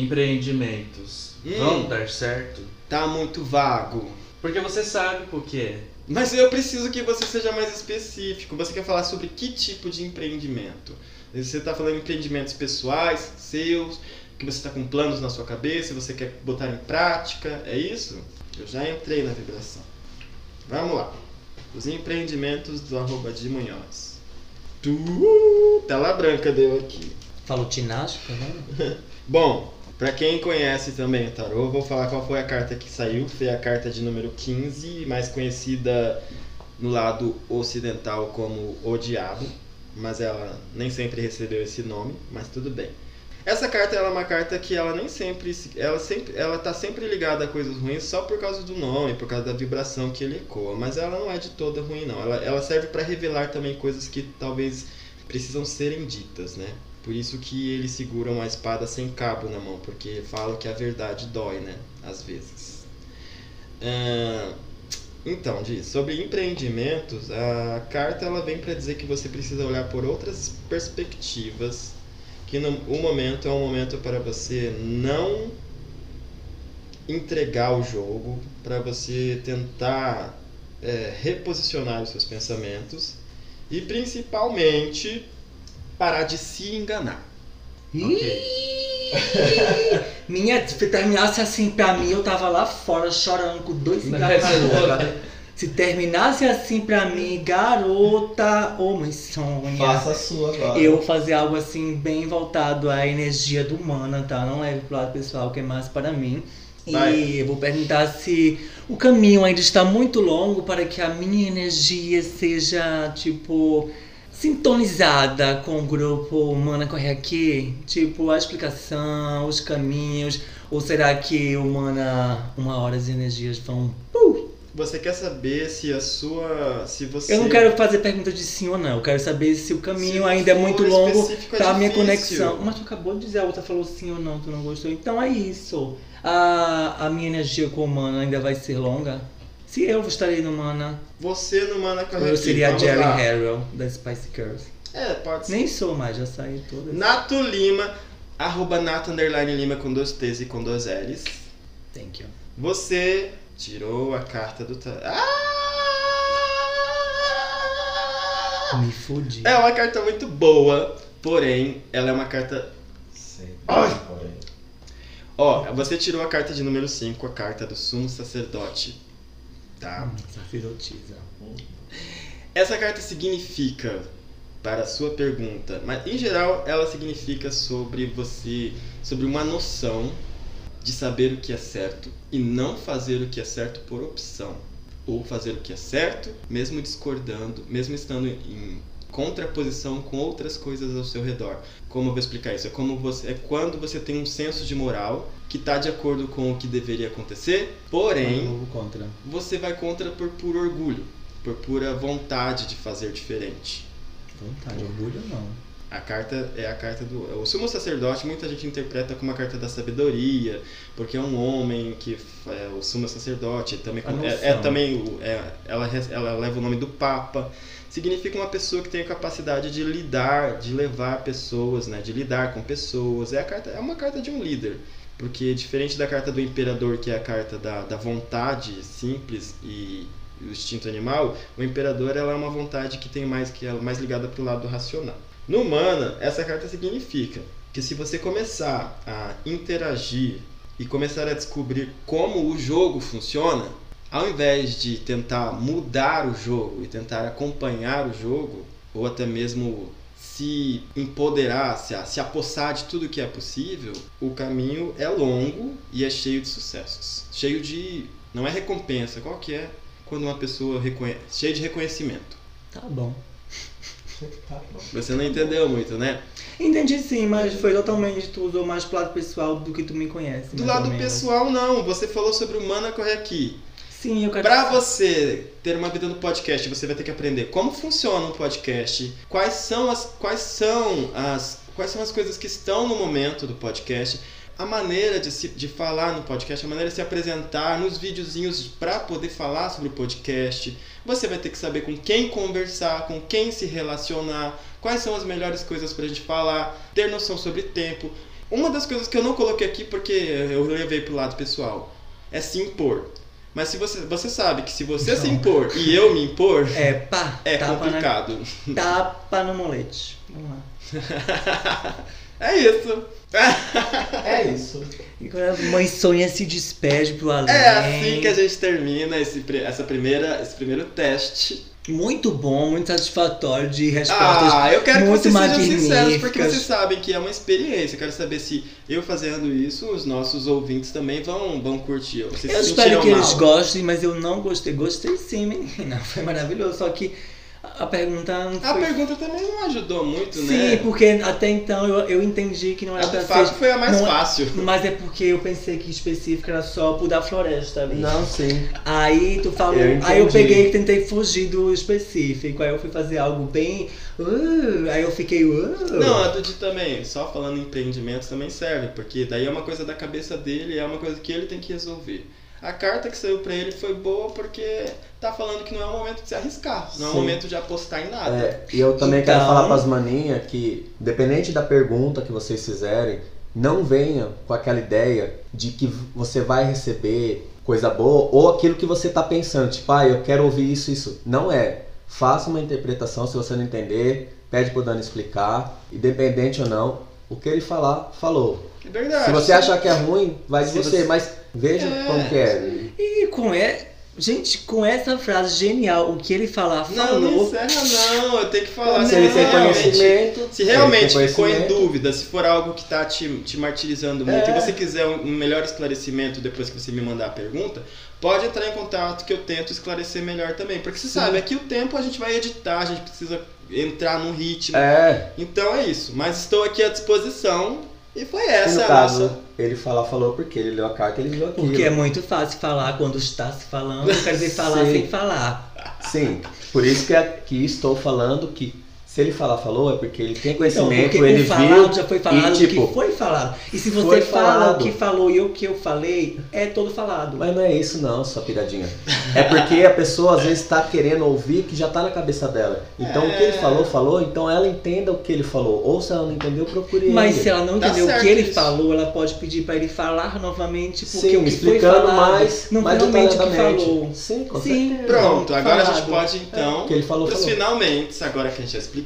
empreendimentos Hum. vão dar certo. tá muito vago. Porque você sabe o que é. Mas eu preciso que você seja mais específico. Você quer falar sobre que tipo de empreendimento? Você está falando em empreendimentos pessoais, seus, que você está com planos na sua cabeça, você quer botar em prática, é isso? Eu já entrei na vibração. Vamos lá. Os empreendimentos do arroba de Munhoz. Tu, tela branca deu aqui. Falou tinástica, né? Bom, pra quem conhece também o tarô, eu vou falar qual foi a carta que saiu. Foi a carta de número 15, mais conhecida no lado ocidental como o Diabo, mas ela nem sempre recebeu esse nome, mas tudo bem. Essa carta ela é uma carta que ela nem sempre, se- ela sempre, ela tá sempre ligada a coisas ruins só por causa do nome, por causa da vibração que ele ecoa, mas ela não é de toda ruim não. Ela, ela serve pra revelar também coisas que talvez precisam serem ditas, né? Por isso que eles seguram a espada sem cabo na mão, porque falam que a verdade dói, né? Às vezes. Ahn, então, diz, sobre empreendimentos, a carta ela vem para dizer que você precisa olhar por outras perspectivas, que no, o momento é um momento para você não entregar o jogo, para você tentar é, reposicionar os seus pensamentos e principalmente parar de se enganar. [laughs] Minha, se terminasse assim pra mim, eu tava lá fora chorando com dois cigarros na boca. Se terminasse assim pra mim, garota, ô mãe sonha. Faça a sua agora. Eu vou fazer algo assim bem voltado à energia do mana, tá? Não leve pro lado pessoal, que é mais para mim. Vai. E eu vou perguntar se o caminho ainda está muito longo para que a minha energia seja, tipo, sintonizada com o grupo Mana Corre Aqui. Tipo, a explicação, os caminhos. Ou será que o Mana, uma hora as energias vão. Uh! Você quer saber se a sua. Se você. Eu não quero fazer pergunta de sim ou não. Eu quero saber se o se caminho não ainda é for muito longo específico, é tá a minha difícil. conexão. Mas tu acabou de dizer, a outra falou sim ou não, tu não gostou. Então é isso. A, a minha energia com o Mana ainda vai ser longa? Se eu estarei no Mana, Você no Mana Corretiva. eu seria a Uhum. vamos Jerry lá. Harrell da Spice Girls. É, pode ser. Nem sou mais, já saí toda. Nato Lima, arroba Nato underline Lima com dois T's e com dois L's. Thank you. Você tirou a carta do. ta- Ah! Me fudi. É uma carta muito boa, porém, ela é uma carta Sei. Ai. Ó, você tirou a carta de número 5, a carta do sumo sacerdote. Tá? Hum, Sacerdotisa. Essa carta significa, para a sua pergunta, mas em geral ela significa sobre você, sobre uma noção de saber o que é certo e não fazer o que é certo por opção. Ou fazer o que é certo, mesmo discordando, mesmo estando em contraposição com outras coisas ao seu redor. Como eu vou explicar isso? É, como você, é quando você tem um senso de moral que está de acordo com o que deveria acontecer, porém Novo contra. você vai contra por puro orgulho, por pura vontade de fazer diferente. Vontade, orgulho não. A carta é a carta do. O sumo sacerdote, muita gente interpreta como a carta da sabedoria, porque é um homem que. É, o sumo sacerdote também. A noção. É, é também o- é, ela, re- ela leva o nome do Papa. Significa uma pessoa que tem a capacidade de lidar, de levar pessoas, né? De lidar com pessoas. É, a carta, é uma carta de um líder. Porque diferente da carta do imperador, que é a carta da, da vontade simples e o instinto animal, o imperador ela é uma vontade que tem mais que ela mais ligada para o lado racional. No mana, essa carta significa que se você começar a interagir e começar a descobrir como o jogo funciona, ao invés de tentar mudar o jogo e tentar acompanhar o jogo, ou até mesmo se empoderar, se, se apossar de tudo que é possível, o caminho é longo e é cheio de sucessos. Cheio de. Não é [laughs] recompensa, qual que é? Quando uma pessoa reconhece. Cheio de reconhecimento. Tá bom. Você não entendeu muito, né? Entendi sim, mas foi totalmente. Tu usou mais pro lado pessoal do que tu me conhece. Do mais ou lado menos. pessoal, não. Você falou sobre o Mana Corre Aqui. Sim, eu quero. Pra você ter uma vida no podcast, você vai ter que aprender como funciona um podcast, quais são as quais são as quais são as coisas que estão no momento do podcast, a maneira de se, de falar no podcast, a maneira de se apresentar nos videozinhos pra poder falar sobre o podcast. Você vai ter que saber com quem conversar, com quem se relacionar, quais são as melhores coisas pra gente falar, ter noção sobre tempo. Uma das coisas que eu não coloquei aqui porque eu levei pro lado pessoal é se impor. Mas se você, você sabe que se você se impor e eu me impor, É, pá. é tapa complicado. [laughs] Na... Tapa no molete. Vamos lá. é isso. É isso. E quando a mãe sonha se despede pro além. É assim que a gente termina esse, pri- essa primeira, esse primeiro teste. Muito bom, muito satisfatório de respostas. Ah, eu quero que muito vocês sejam sinceros, magníficas. porque vocês sabem que é uma experiência. Eu quero saber se eu fazendo isso, os nossos ouvintes também vão, vão curtir. Vocês eu se espero sentiram que mal. eles gostem, mas eu não gostei. Gostei sim, menina. [laughs] Foi maravilhoso. Só que a a pergunta não A foi. pergunta também não ajudou muito, Ah, Sim, né? porque até então eu, eu entendi que não é A era do pra Fábio ser. foi a mais não é- fácil. Mas é porque eu pensei que específica era só pro da floresta ali. Não, sim. Aí tu falou. Eu entendi. aí eu peguei e tentei fugir do específico. Aí eu fui fazer algo bem. uh, aí eu fiquei. uh. Não, a Dudy também, só falando em empreendimentos também serve, porque daí é uma coisa da cabeça dele, é uma coisa que ele tem que resolver. A carta que saiu pra ele foi boa porque tá falando que não é o momento de se arriscar, não é o Sim. momento de apostar em nada. É, e eu também Então- quero falar pras maninhas que, dependente da pergunta que vocês fizerem, não venha com aquela ideia de que você vai receber coisa boa ou aquilo que você tá pensando, tipo, ah, eu quero ouvir isso, isso. Não é. Faça uma interpretação, se você não entender, pede pro Dani explicar, independente ou não, o que ele falar, falou. É verdade. Se você achar que é ruim, vai de Se você, você- mas veja É, como que é. E com é. Gente, com essa frase genial, o que ele falar Não, falou. não encerra não, eu tenho que falar. Se ele tem realmente, conhecimento, se realmente se ele tem ficou em conhecimento. É. dúvida, se for algo que tá te, te martirizando muito e você quiser um, um melhor esclarecimento depois que você me mandar a pergunta, pode entrar em contato que eu tento esclarecer melhor também. Porque você sabe, aqui o tempo a gente vai editar, a gente precisa entrar no ritmo. É, Então é isso. Mas estou aqui à disposição e foi E essa no a caso, né? nossa. ele fala, falou porque ele leu a carta, ele leu aquilo. é Porque é muito fácil falar quando está se falando, eu quero dizer falar Sim. sem falar. Sim, por isso que aqui estou falando que se ele falar, falou, é porque ele tem Então, conhimento, porque o ele falado viu. já foi falado, e, o tipo, que foi falado. E se você foi fala o falado. que falou e o que eu falei, é todo falado. Mas não é isso não, sua piradinha. É porque a pessoa às vezes tá querendo ouvir que já tá na cabeça dela. Então o que ele É. falou, falou, então ela entenda o que ele falou. Ou se ela não entendeu, procure Mas ele. se ela não Tá entendeu o certo que ele isso. falou, ela pode pedir para ele falar novamente, porque Sim, o tipo, que explicando foi falado mais, não foi mais realmente o que detalhadamente. falou. Sim, com certeza. Sim, Pronto, agora a falado. gente pode então. O que ele falou, Os falou. finalmente, agora que a gente já explicou.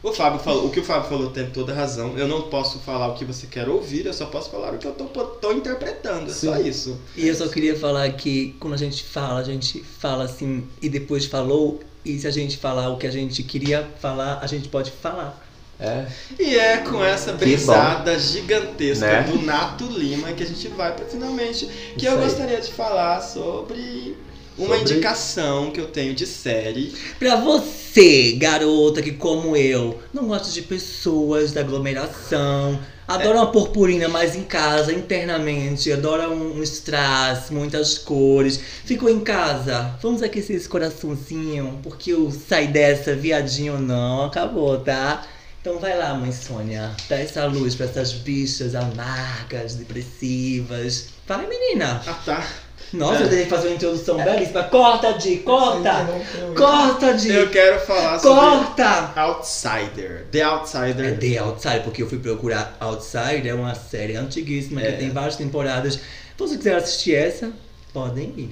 O Fábio falou, o que o Fábio falou tem toda razão. Eu não posso falar o que você quer ouvir, eu só posso falar o que eu tô, tô interpretando. É só Sim. isso. E eu só queria falar que quando a gente fala, a gente fala assim e depois falou. E se a gente falar o que a gente queria falar, a gente pode falar. É. E é com essa brisada gigantesca Né? do Nato Lima que a gente vai para finalmente. Que Isso eu aí. gostaria de falar sobre uma Sobre? indicação que eu tenho de série. Pra você, garota que como eu, não gosta de pessoas, da aglomeração, adora uma purpurina mais em casa, internamente, adora um, um strass, muitas cores. Ficou em casa? Vamos aquecer esse coraçãozinho, porque eu saí dessa, viadinho não, acabou, tá? Então vai lá, mãe Sônia, dá essa luz pra essas bichas amargas, depressivas. Vai, menina! Ah, tá. Nossa, eu tenho que fazer uma introdução belíssima. Corta, Di, corta! Corta, Di! Eu quero falar sobre Corta! Outsider. The Outsider. É The Outside, porque eu fui procurar Outside, é uma série antiguíssima É. que tem várias temporadas. Então, Se você quiser assistir essa, podem ir.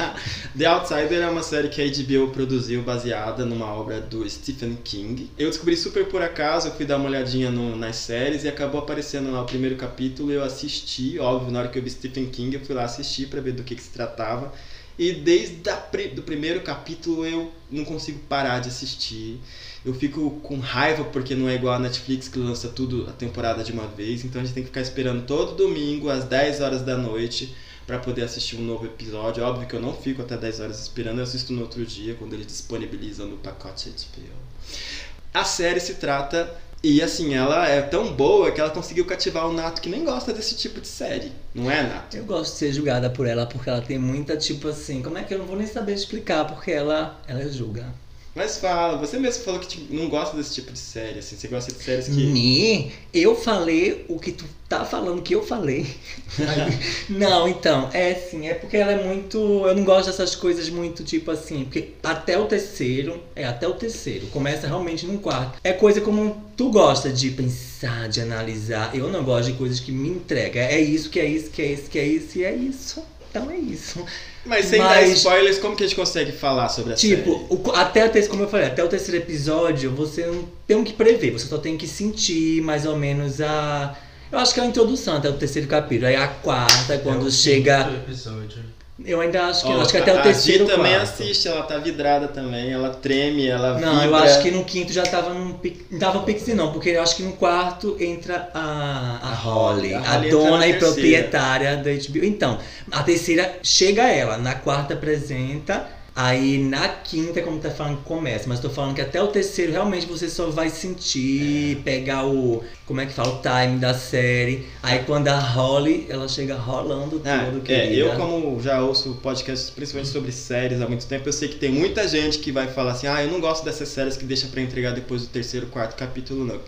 [laughs] The Outsider é uma série que a HBO produziu baseada numa obra do Stephen King. Eu descobri super por acaso, eu fui dar uma olhadinha no- nas séries e acabou aparecendo lá o primeiro capítulo. Eu assisti, óbvio, na hora que eu vi Stephen King, eu fui lá assistir pra ver do que, que se tratava. E desde a pri- do primeiro capítulo eu não consigo parar de assistir. Eu fico com raiva porque não é igual a Netflix que lança tudo a temporada de uma vez. Então a gente tem que ficar esperando todo domingo às 10 horas da noite para poder assistir um novo episódio. Óbvio que eu não fico até 10 horas esperando, eu assisto no outro dia, quando ele disponibiliza no pacote HBO. A série se trata. E assim, ela é tão boa que ela conseguiu cativar o Nato que nem gosta desse tipo de série. Não é, Nato? Eu gosto de ser julgada por ela porque ela tem muita, tipo assim, como é que eu não vou nem saber explicar porque ela, ela julga. Mas fala, você mesmo falou que tipo, não gosta desse tipo de série, assim, você gosta de séries Hum. que. Me, eu falei o que tu tá falando que eu falei. não, então, é assim, é porque ela é muito. Eu não gosto dessas coisas muito tipo assim, porque até o terceiro, é até o terceiro, começa realmente num quarto. É coisa como tu gosta de pensar, de analisar. Eu não gosto de coisas que me entregam. É isso, que é isso, que é isso, que é isso, e é isso. Então é isso. Mas sem dar Mas- spoilers, como que a gente consegue falar sobre a série? Tipo, o- até o terceiro, como eu falei, até o terceiro episódio você não tem o que prever, você só tem que sentir mais ou menos a. Eu acho que é a introdução até o terceiro capítulo. Aí a quarta, quando É o chega. quinto episódio. Eu ainda acho que. Ó, eu acho que até a- o terceiro. A Gi também quarto. assiste, ela tá vidrada também, ela treme, ela Não, eu vibra. acho que no quinto já tava num pique. Não tava pixie, não, porque eu acho que no quarto entra a, a Holly, A a, Holly entra na dona e terceira. proprietária da HBO. Então, a terceira chega ela, na quarta apresenta, aí na quinta, como tá falando, começa. Mas tô falando que até o terceiro realmente você só vai sentir, É. pegar o. Como é que fala? O time da série. Aí quando a Holly, ela chega rolando tudo, Ah, querida. é, eu como já ouço podcasts principalmente sobre séries há muito tempo, eu sei que tem muita gente que vai falar assim, ah, eu não gosto dessas séries que deixa pra entregar depois do terceiro, quarto capítulo, não.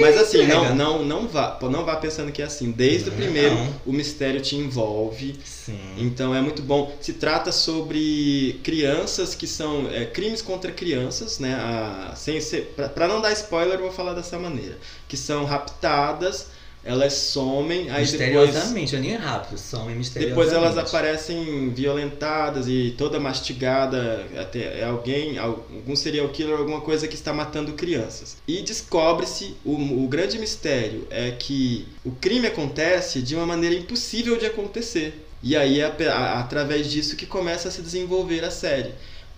Mas assim, não, entrega. não, não vá, pô, não vá pensando que é assim. Desde o primeiro, Não. o mistério te envolve. Sim. Então é muito bom. Se trata sobre crianças que são é, crimes contra crianças, né? A, sem ser, pra, pra não dar spoiler, eu vou falar dessa maneira. Que são raptadas, elas somem, aí depois. misteriosamente, eu nem é rápido, são misteriosamente. Depois elas aparecem violentadas e toda mastigada, até é alguém, algum serial killer, alguma coisa que está matando crianças. E descobre-se o, o grande mistério é que o crime acontece de uma maneira impossível de acontecer. E aí é ape- a- através disso que começa a se desenvolver a série.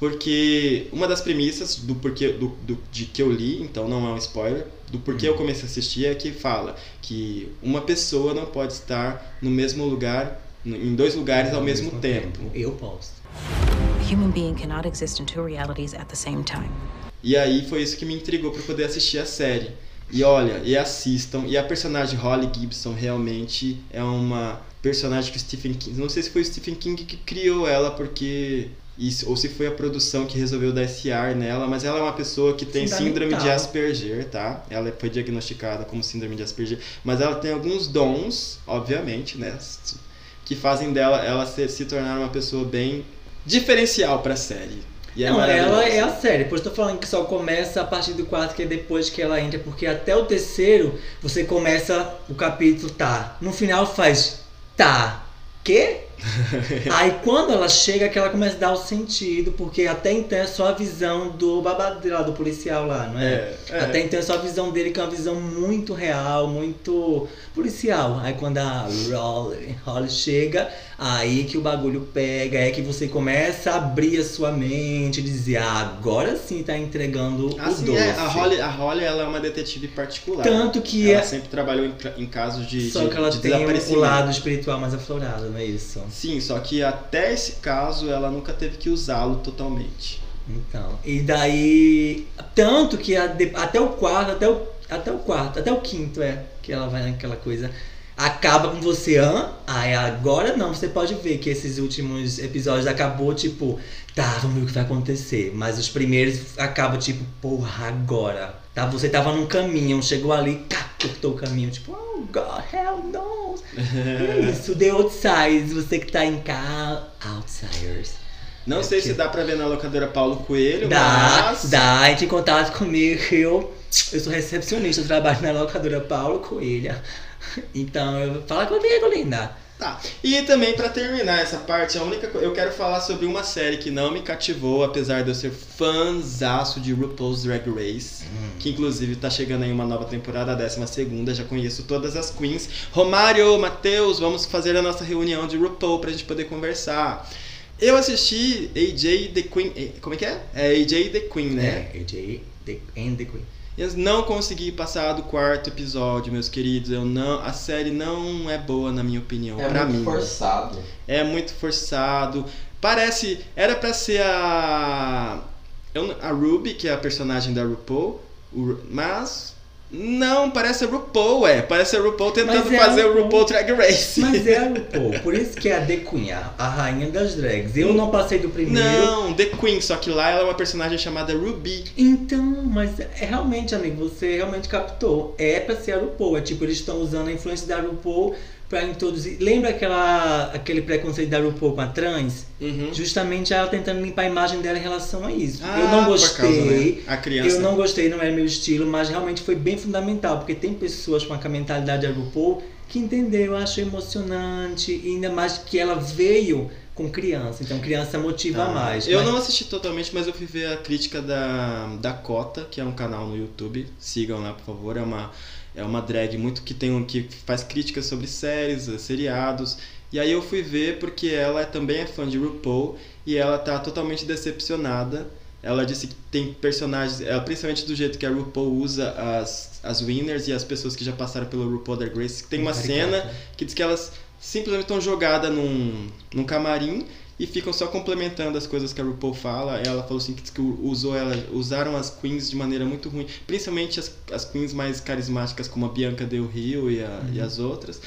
Porque uma das premissas do porquê do, do- de que eu li, então não é um spoiler, do porquê eu comecei a assistir é que fala que uma pessoa não pode estar no mesmo lugar, n- em dois lugares ao mesmo, tempo. Eu posso. Human being cannot exist in two realities at the same time. E aí foi isso que me intrigou para poder assistir a série. E olha, e assistam. E a personagem Holly Gibson realmente é uma personagem que o Stephen King. Não sei se foi o Stephen King que criou ela, porque. Isso, ou se foi a produção que resolveu dar esse ar nela, mas ela é uma pessoa que tem síndrome de Fundamental. Asperger, tá? Ela foi diagnosticada como síndrome de Asperger, mas ela tem alguns dons, obviamente, né? Que fazem dela ela se, se tornar uma pessoa bem diferencial pra série. E é não, ela maravilhosa. é a série. Depois tô falando que só começa a partir do 4, que é depois que ela entra, porque até o terceiro você começa o capítulo tá. No final faz tá. [laughs] Quê? Aí quando ela chega que ela começa a dar o sentido, porque até então é só a visão do babado lá, do policial lá, não é? É, é. Até então é só a visão dele, que é uma visão muito real, muito policial. Aí quando a Holly, Holly chega, aí que o bagulho pega, é que você começa a abrir a sua mente, dizer, ah, agora sim tá entregando o Assim, doce. é, a Holly, a Holly ela é uma detetive particular. Tanto que ela é. sempre trabalhou em, ca- em casos de, Só de, que ela de tem um- o desaparecimento. lado espiritual mais aflorado, não é isso? Sim, só que até esse caso ela nunca teve que usá-lo totalmente. Então, e daí. Tanto que a de- até o quarto, até o, até o quarto, até o quinto é que ela vai naquela coisa. Acaba com você, hã? Aí agora não, você pode ver que esses últimos episódios acabou tipo, tá, vamos ver o que vai acontecer. Mas os primeiros acaba tipo, porra, agora. Tá, você tava num caminho, chegou ali, cá, cortou o caminho, tipo, oh god, hell no. E é isso, The Outsiders, você que tá em casa, Outsiders. Não sei se É que- dá pra ver na locadora Paulo Coelho, Dá, mas. dá, entre em contato comigo. Eu, eu sou recepcionista, eu trabalho na locadora Paulo Coelha. Então, eu- fala comigo, linda. Tá. E também pra terminar essa parte, a única co- eu quero falar sobre uma série que não me cativou, apesar de eu ser fãzaço de RuPaul's Drag Race, que inclusive tá chegando aí uma nova temporada, a 12ª, já conheço todas as queens. Romário, Matheus, vamos fazer a nossa reunião de RuPaul pra gente poder conversar. Eu assisti AJ The Queen, eh, como é que é? É AJ The Queen, né? É, AJ the, and the Queen. Eu não consegui passar do quarto episódio, meus queridos. Eu não, a série não é boa na minha opinião, É pra muito mim. forçado. É muito forçado. Parece. Era pra ser a. eu não- A Ruby, que é a personagem da RuPaul. O- Mas. Não, parece a RuPaul, é. Parece a RuPaul tentando Mas é a fazer o RuPaul. RuPaul Drag Race. Mas é a RuPaul, por isso que é a The Queen, a- a rainha das drags. Eu não passei do primeiro. [laughs] Não, The Queen, só que lá ela é uma personagem chamada Ruby. Então, mas é realmente, amigo, você realmente captou. É pra ser a RuPaul. É tipo, eles estão usando a influência da RuPaul pra introduzir. Lembra aquela, aquele preconceito da RuPaul com a trans? Uhum. Justamente ela tentando limpar a imagem dela em relação a isso. Ah, eu não por gostei. causa, né? A criança. Eu não gostei, não era meu estilo, mas realmente foi bem fundamental, porque tem pessoas com a mentalidade da RuPaul que entendeu, achou emocionante, e ainda mais que ela veio com criança, então criança motiva Ah, mais. né? Eu mas- não assisti totalmente, mas eu fui ver a crítica da Dakota, que é um canal no YouTube. Sigam lá, por favor. É uma, é uma drag muito que tem um, que faz críticas sobre séries, eh, seriados. E aí eu fui ver porque ela também é fã de RuPaul e ela tá totalmente decepcionada. Ela disse que tem personagens, ela, principalmente do jeito que a RuPaul usa as, as winners e as pessoas que já passaram pelo RuPaul Drag Race. Tem uma cena que diz que elas simplesmente estão jogadas num, num camarim e ficam só complementando as coisas que a RuPaul fala. Ela falou assim que, diz que usou ela, usaram as queens de maneira muito ruim, principalmente as, as queens mais carismáticas como a Bianca Del Rio e, a- e as outras.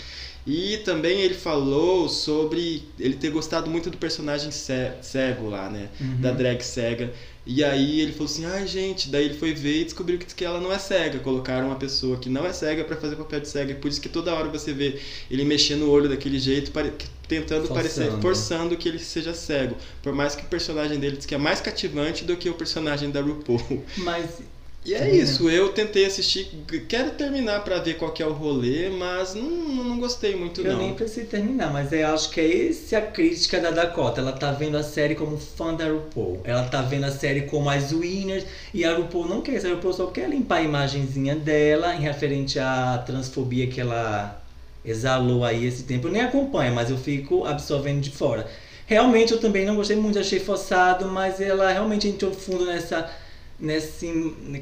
E também ele falou sobre ele ter gostado muito do personagem ce- cego lá, né? Uhum. Da drag cega. E aí ele falou assim: ai gente, daí ele foi ver e descobriu que, diz que ela não é cega. Colocaram uma pessoa que não é cega pra fazer papel de cega. Por isso que toda hora você vê ele mexer no olho daquele jeito, pare- tentando parecer, Forçando. né? forçando que ele seja cego. Por mais que o personagem dele diz que é mais cativante do que o personagem da RuPaul. [laughs] Mas E é Sim, né? isso, eu tentei assistir, g- quero terminar pra ver qual que é o rolê, mas não, não gostei muito Eu não. nem preciso terminar, mas eu acho que é essa a crítica da Dakota. Ela tá vendo a série como fã da RuPaul. Ela tá vendo a série como as winners. E a RuPaul não quer isso. A RuPaul só quer limpar a imagenzinha dela em referente à transfobia que ela exalou aí esse tempo. Eu nem acompanho, mas eu fico absorvendo de fora. Realmente eu também não gostei muito, achei forçado, mas ela realmente entrou fundo nessa nesse,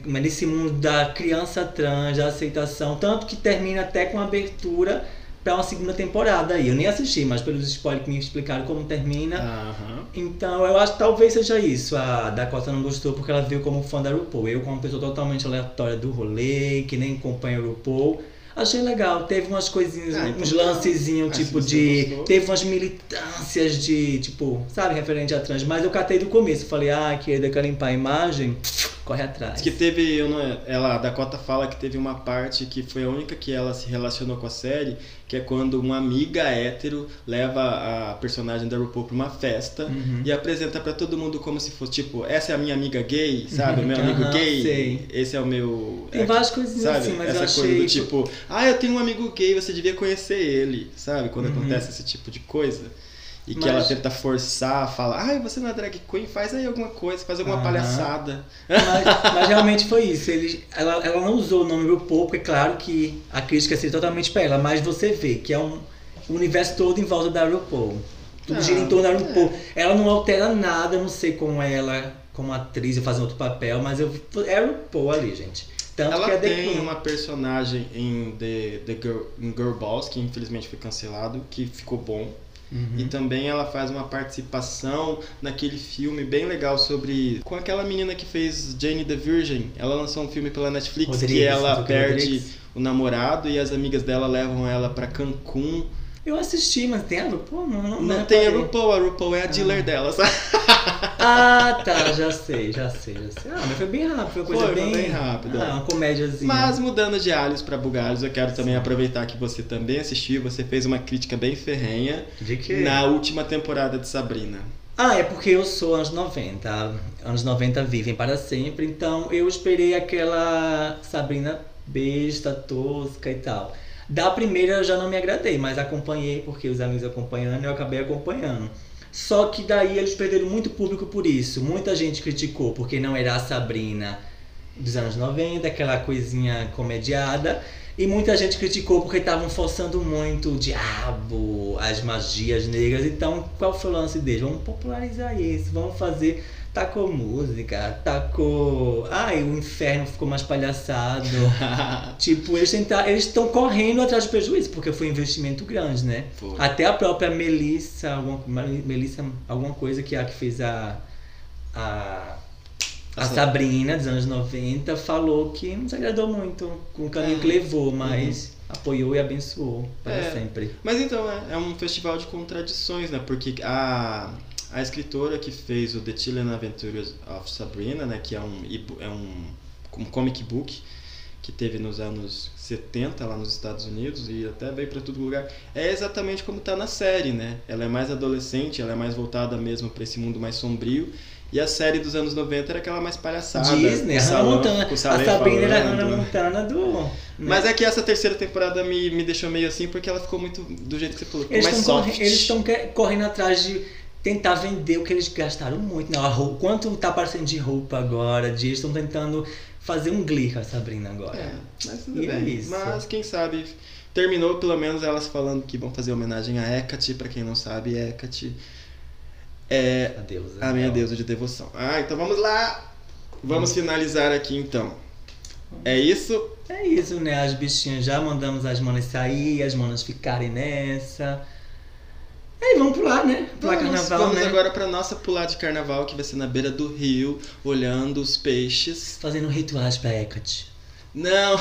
nesse mundo da criança trans, da aceitação, tanto que termina até com abertura para uma segunda temporada aí. Eu nem assisti, mas pelos spoilers que me explicaram como termina. Aham. Então eu acho que talvez seja isso. A Dakota não gostou porque ela viu como fã da RuPaul. Eu, como pessoa totalmente aleatória do rolê, que nem acompanha o RuPaul. Achei legal, teve umas coisinhas, Ah, então uns tá. lancezinhos, Ah, tipo, se você de. gostou. Teve umas militâncias de, tipo, sabe, referente a trans, mas eu catei do começo. Falei, ah, querida, quer limpar a imagem? Corre atrás. Diz Que teve, eu não, ela, a Dakota fala que teve uma parte que foi a única que ela se relacionou com a série, que é quando uma amiga hétero leva a personagem da RuPaul pra uma festa Uhum. e apresenta pra todo mundo como se fosse, tipo, essa é a minha amiga gay, sabe? O meu amigo Uhum. Aham, gay, sei. esse é o meu... Tem é, várias coisinhas sabe? assim, mas essa eu achei. coisa do tipo, ah, eu tenho um amigo gay, você devia conhecer ele, sabe? Quando Uhum. acontece esse tipo de coisa. E que Mas- ela tenta forçar, fala, ai, você não é drag queen, faz aí alguma coisa, faz alguma Aham. palhaçada. Mas, mas realmente foi isso. Eles, ela, ela não usou o nome RuPaul, porque é claro que a crítica seria totalmente pra ela, mas você vê que é um o universo todo em volta da RuPaul. Tudo Ah, é. gira em torno da RuPaul. Ela não altera nada, eu não sei como ela, como atriz, eu fazendo outro papel, mas eu, é RuPaul ali, gente. Tanto que Ela é The tem Queen. uma personagem em The, The Girl, em Girl Boss, que infelizmente foi cancelado, que ficou bom. Uhum. E também ela faz uma participação naquele filme bem legal sobre. Com aquela menina que fez Jane the Virgin. Ela lançou um filme pela Netflix que Rodrigues, ela do que perde Rodrigues. o namorado e as amigas dela levam ela pra Cancún. Eu assisti, mas tem a RuPaul? Não, não, é Não tem a reparei. RuPaul, a RuPaul é a dealer dela, sabe? Ah, tá, já sei, já sei, já sei. Ah, mas foi bem rápido, foi uma coisa Foi, foi bem... bem rápido, é. Ah, uma comédiazinha. Mas mudando de alhos pra bugalhos, eu quero também aproveitar que você também assistiu, você fez uma crítica bem ferrenha De que? na última temporada de Sabrina. [laughs] Ah, é porque eu sou anos 90. Anos 90 vivem para sempre, então eu esperei aquela Sabrina besta, tosca e tal. Da primeira eu já não me agradei, mas acompanhei porque os amigos acompanhando eu acabei acompanhando. Só que daí eles perderam muito público por isso. Muita gente criticou porque não era a Sabrina dos anos 90, aquela coisinha comediada. E muita gente criticou porque estavam forçando muito o diabo, as magias negras. Então, qual foi o lance deles? Vamos popularizar isso, vamos fazer. Tacou música, tacou. Ai, o inferno ficou mais palhaçado. tipo, eles tentar, eles estão correndo atrás do prejuízo, porque foi um investimento grande, né? Foi. Até a própria Melissa, alguma, Melissa, alguma coisa que é a que fez a. a A Sabrina, dos anos 90, falou que não se agradou muito com o caminho que Uhum. levou, mas apoiou e abençoou para É. sempre. Mas então, é, é um festival de contradições, né? Porque a, a escritora que fez o The Chilean Adventures of Sabrina, né? Que é um, e-bo- é um, um comic book que teve nos anos 70 lá nos Estados Unidos e até veio para todo lugar. É exatamente como tá na série, né? Ela é mais adolescente, ela é mais voltada mesmo para esse mundo mais sombrio. E a série dos anos 90 era aquela mais palhaçada. Disney, com o né? Hannah Salão- Montana. com o A Salé Sabrina era a falando. Hannah Montana do. né? Mas é que essa terceira temporada me, me deixou meio assim, porque ela ficou muito do jeito que você falou, ficou Eles mais estão soft. correndo, eles estão que- correndo atrás de tentar vender o que eles gastaram muito. Não, a roupa, quanto tá aparecendo de roupa agora? De, eles estão tentando fazer um glee com a Sabrina agora. É, mas tudo E é bem. isso. Mas quem sabe terminou pelo menos elas falando que vão fazer homenagem a Hecate, pra quem não sabe, Hecate é Adeus. a minha deusa de devoção. Ah, então vamos lá. Vamos finalizar aqui então. É isso? É isso, né? As bichinhas já mandamos as manas sair, as manas ficarem nessa. E aí, vamos pular, né? Pular vamos carnaval, vamos né? agora pra nossa pular de carnaval, que vai ser na beira do rio, olhando os peixes. Fazendo rituais pra Hecate. Não!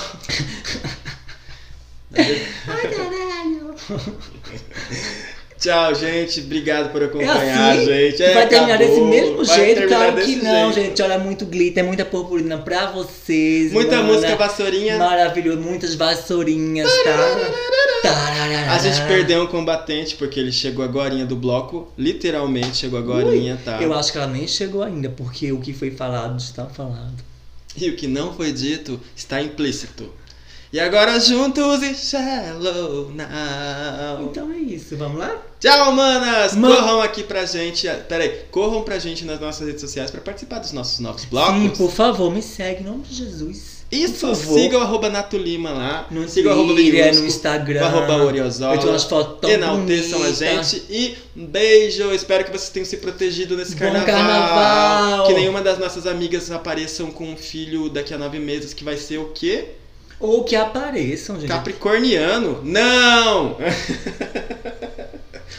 Tchau, gente. Obrigado por acompanhar, assim? gente. É, vai terminar desse acabou. mesmo Vai jeito? terminar Claro que desse não, jeito. gente. Olha, muito glitter, muita purpurina pra vocês. Muita mana. música vassourinha. Maravilhoso, muitas vassourinhas, tá? Tararara. A gente perdeu um combatente porque ele chegou agorinha do bloco. Literalmente chegou agorinha, tá? Eu acho que ela nem chegou ainda, porque o que foi falado está falado. E o que não foi dito está implícito. E agora juntos e shallow now. Então é isso, vamos lá? Tchau, manas! Man- Corram aqui pra gente. Peraí, corram pra gente nas nossas redes sociais pra participar dos nossos novos blocos. Sim, por favor, me segue, em nome de Jesus. Isso, Por favor. siga o arroba Nato Lima lá. No siga o arroba Twitter, Vinícius, no o Instagram. arroba Oriozola. Eu tenho umas fotos tão Enalteçam a bonitas. gente. E um beijo. Espero que vocês tenham se protegido nesse Bom carnaval. carnaval. Que nenhuma das nossas amigas apareçam com um filho daqui a nove meses que vai ser o quê? Ou que apareçam, gente. Capricorniano? Não!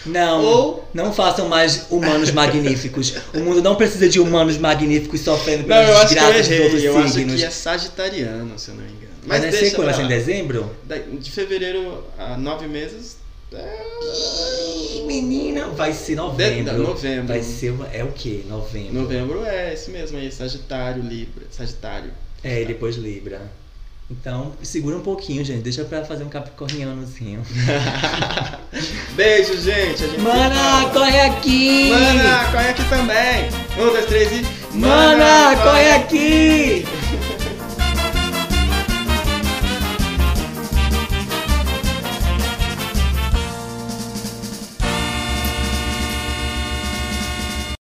Não, Ou- não façam mais humanos magníficos. O mundo não precisa de humanos magníficos sofrendo Não, pelas eu acho que eu desgraças de outros errei. Eu acho signos. que é sagitariano, se eu não me engano. Mas, é deixa sequela, pra assim, em lá. dezembro? Da- De fevereiro a nove meses. é- Menina, vai ser novembro. De- novembro. Vai ser, uma- é o quê? Novembro. Novembro é isso mesmo aí, Sagitário, Libra, Sagitário. É, e depois Libra. Então, segura um pouquinho, gente. Deixa pra fazer um capricornianozinho. Beijo, gente. A gente se Mana, fala. corre aqui! Mana, corre aqui também. Um, dois, três e. Mana, corre aqui!